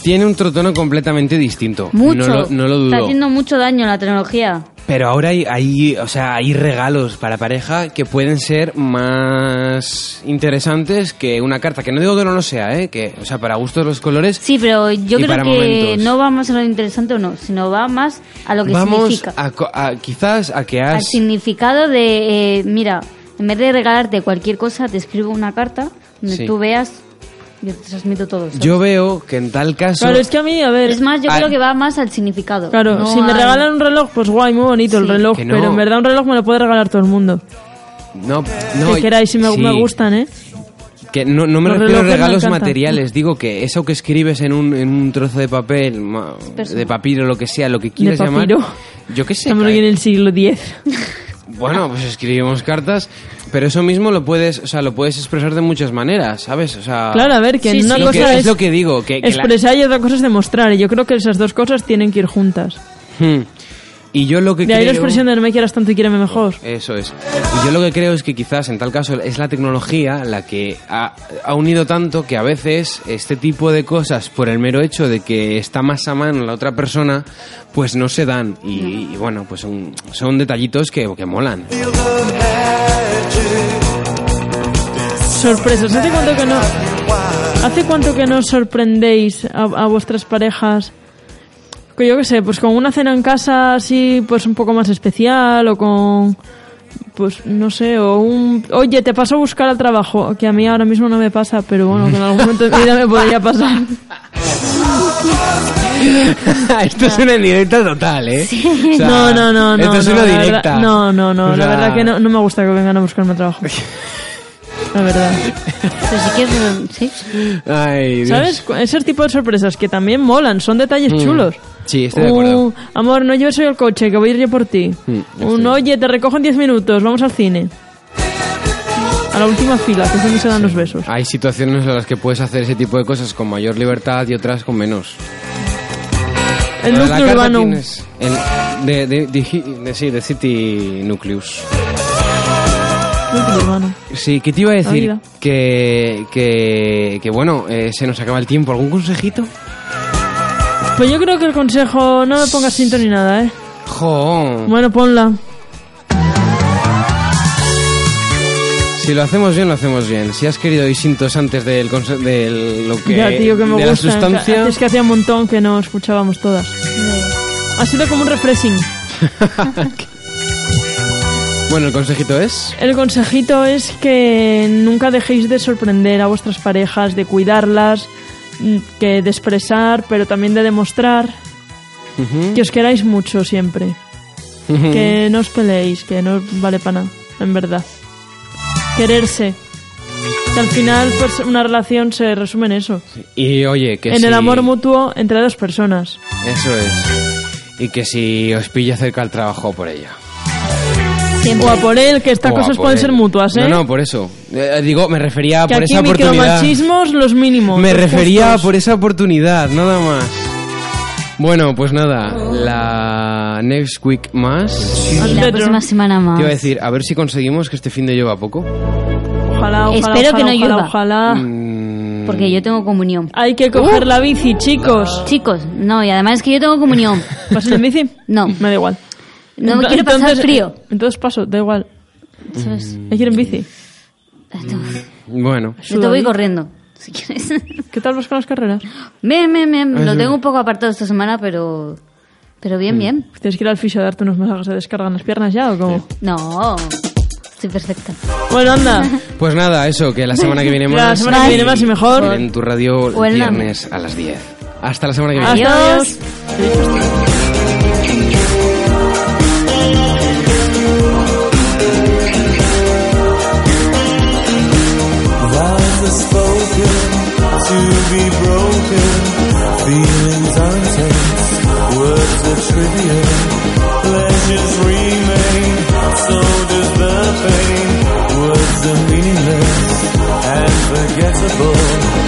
Tiene otro tono completamente distinto. No mucho. lo, no lo Está dudo. haciendo mucho daño la tecnología. Pero ahora hay, hay, o sea, hay regalos para pareja que pueden ser más interesantes que una carta. Que no digo que no lo sea, ¿eh? Que, o sea, para gustos los colores. Sí, pero yo Y creo para que momentos. no va más a lo interesante o no, sino va más a lo que Vamos significa. a, co- a- quizás a que Al has... significado de, eh, mira, en vez de regalarte cualquier cosa, te escribo una carta donde Sí. tú veas, yo te transmito todo eso. Yo veo que en tal caso... Claro, es que a mí, a ver, es más, yo Al- creo que va más al significado. claro, no si me al- regalan un reloj, pues guay, muy bonito el Sí. reloj, Que no. pero en verdad un reloj me lo puede regalar todo el mundo. No, no, que queráis, si me, sí. me gustan, ¿eh? Que no, no me Los refiero a relojes me regalos encantan. materiales, digo que eso que escribes en un, en un trozo de papel, ma- personal. de papiro, lo que sea, lo que quieras llamar. papiro. Yo qué sé. Estamos cae- aquí en el siglo X. Bueno, pues escribimos cartas, pero eso mismo lo puedes, o sea, lo puedes expresar de muchas maneras, ¿sabes? O sea, Claro, a ver, que Sí, una sí. lo que- cosa Ah. es lo que digo, que- que la- expresar y otra cosa es demostrar. Y yo creo que esas dos cosas tienen que ir juntas. Hmm. Y yo lo que De ahí creo- la Oh, expresión de no me quieras tanto y quiéreme mejor. Eso es. Y yo lo que creo es que quizás en tal caso es la tecnología la que ha, ha unido tanto que a veces este tipo de cosas, por el mero hecho de que está más a mano la otra persona, pues no se dan. Y, y bueno, pues son, son detallitos que, que molan. Sorpresas. ¿Hace cuánto que no, hace cuánto que no os sorprendéis a, a vuestras parejas? Que Yo qué sé, pues con una cena en casa así, pues un poco más especial, o con. Pues no sé, o un. Oye, te paso a buscar al trabajo, que a mí ahora mismo no me pasa, pero bueno, que en algún momento de mi vida me podría pasar. (laughs) esto es una directa total, ¿eh? O sea, Ah. no, no, no, no. Esto es no, una la directa. verdad- no, no, no. O sea, La verdad que no, no me gusta que vengan a (laughs) buscarme trabajo. La verdad. Pero si quieres, mm, sí. Ay, Dios. Mm. ¿Sabes? Cu- Ese tipo de sorpresas que también molan, son detalles chulos. Uh. Sí, estoy de acuerdo. Mm, Un, amor, no lleves hoy el coche, que voy a ir yo por ti. Un, oye, te recojo en 10 minutos, vamos al cine. A la última fila, que es donde se dan los besos. Hay situaciones en las que puedes hacer ese tipo de cosas con mayor libertad y otras con menos. El Lo de la núcleo carta urbano. tienes el- de, de- de- de- sí, de City Nucleus. Núcleo este. urbano. Sí, ¿qué te iba a decir? Oído. Que, que, que bueno, eh, se nos acaba el tiempo. ¿Algún consejito? Pues yo creo que el consejo, no me pongas cinto ni nada, ¿eh? Jo, Bueno, ponla. si lo hacemos bien, lo hacemos bien. Si has querido ir sintos antes del, conse- del lo que, ya, tío, que me de la gusta. sustancia. Es que hacía un montón que no escuchábamos todas. Ha sido como un refreshing. Bueno, el consejito es. El consejito es que nunca dejéis de sorprender a vuestras parejas, de cuidarlas, mm, que de expresar, pero también de demostrar que os queráis mucho siempre. Que no os peleéis, que no vale para nada, en verdad. Quererse. Que al final, pues una relación se resume en eso. Y oye, que en si- el amor mutuo entre dos personas. Eso es. Y que si os pilla cerca el trabajo por ella. O a por él, que estas O a cosas por pueden él. ser mutuas, ¿eh? No, no, por eso. Eh, digo, me refería a que por aquí esa oportunidad. micromachismos los mínimos. Me los refería justos. por esa oportunidad, nada más. Bueno, pues nada, la next week más. Y la Pedro. próxima semana más. Te iba a decir, a ver si conseguimos que este fin de llueva poco. Ojalá, ojalá, Espero ojalá, que no ojalá, llueva. Ojalá. Mm, Porque yo tengo comunión. Hay que Uh. coger la bici, chicos. Chicos, no, y además es que yo tengo comunión. ¿Vas en bici? No. Me da igual. (laughs) No me Ento- quiero pasar frío. Entonces paso, da igual. ¿Sabes? Mm. Hay que ir en bici. eh, Bueno, Yo te voy corriendo, si quieres. (laughs) ¿Qué tal vas con las carreras? Bien, bien, bien. Lo tengo un poco apartado esta semana, pero. Pero Mm. bien, bien. ¿Tienes que ir al fisio a darte unos masajes de descarga en las piernas ya o cómo? No. Estoy perfecta. Bueno, (laughs) anda. pues nada, eso, que (laughs) la semana que viene La más. semana que viene más y mejor. En tu radio O el viernes a las 10. Hasta la semana que viene. Adiós. Lies are spoken to be broken. Feelings are intense. Words are trivial. Pleasures remain. So does the pain. Words are meaningless and forgettable.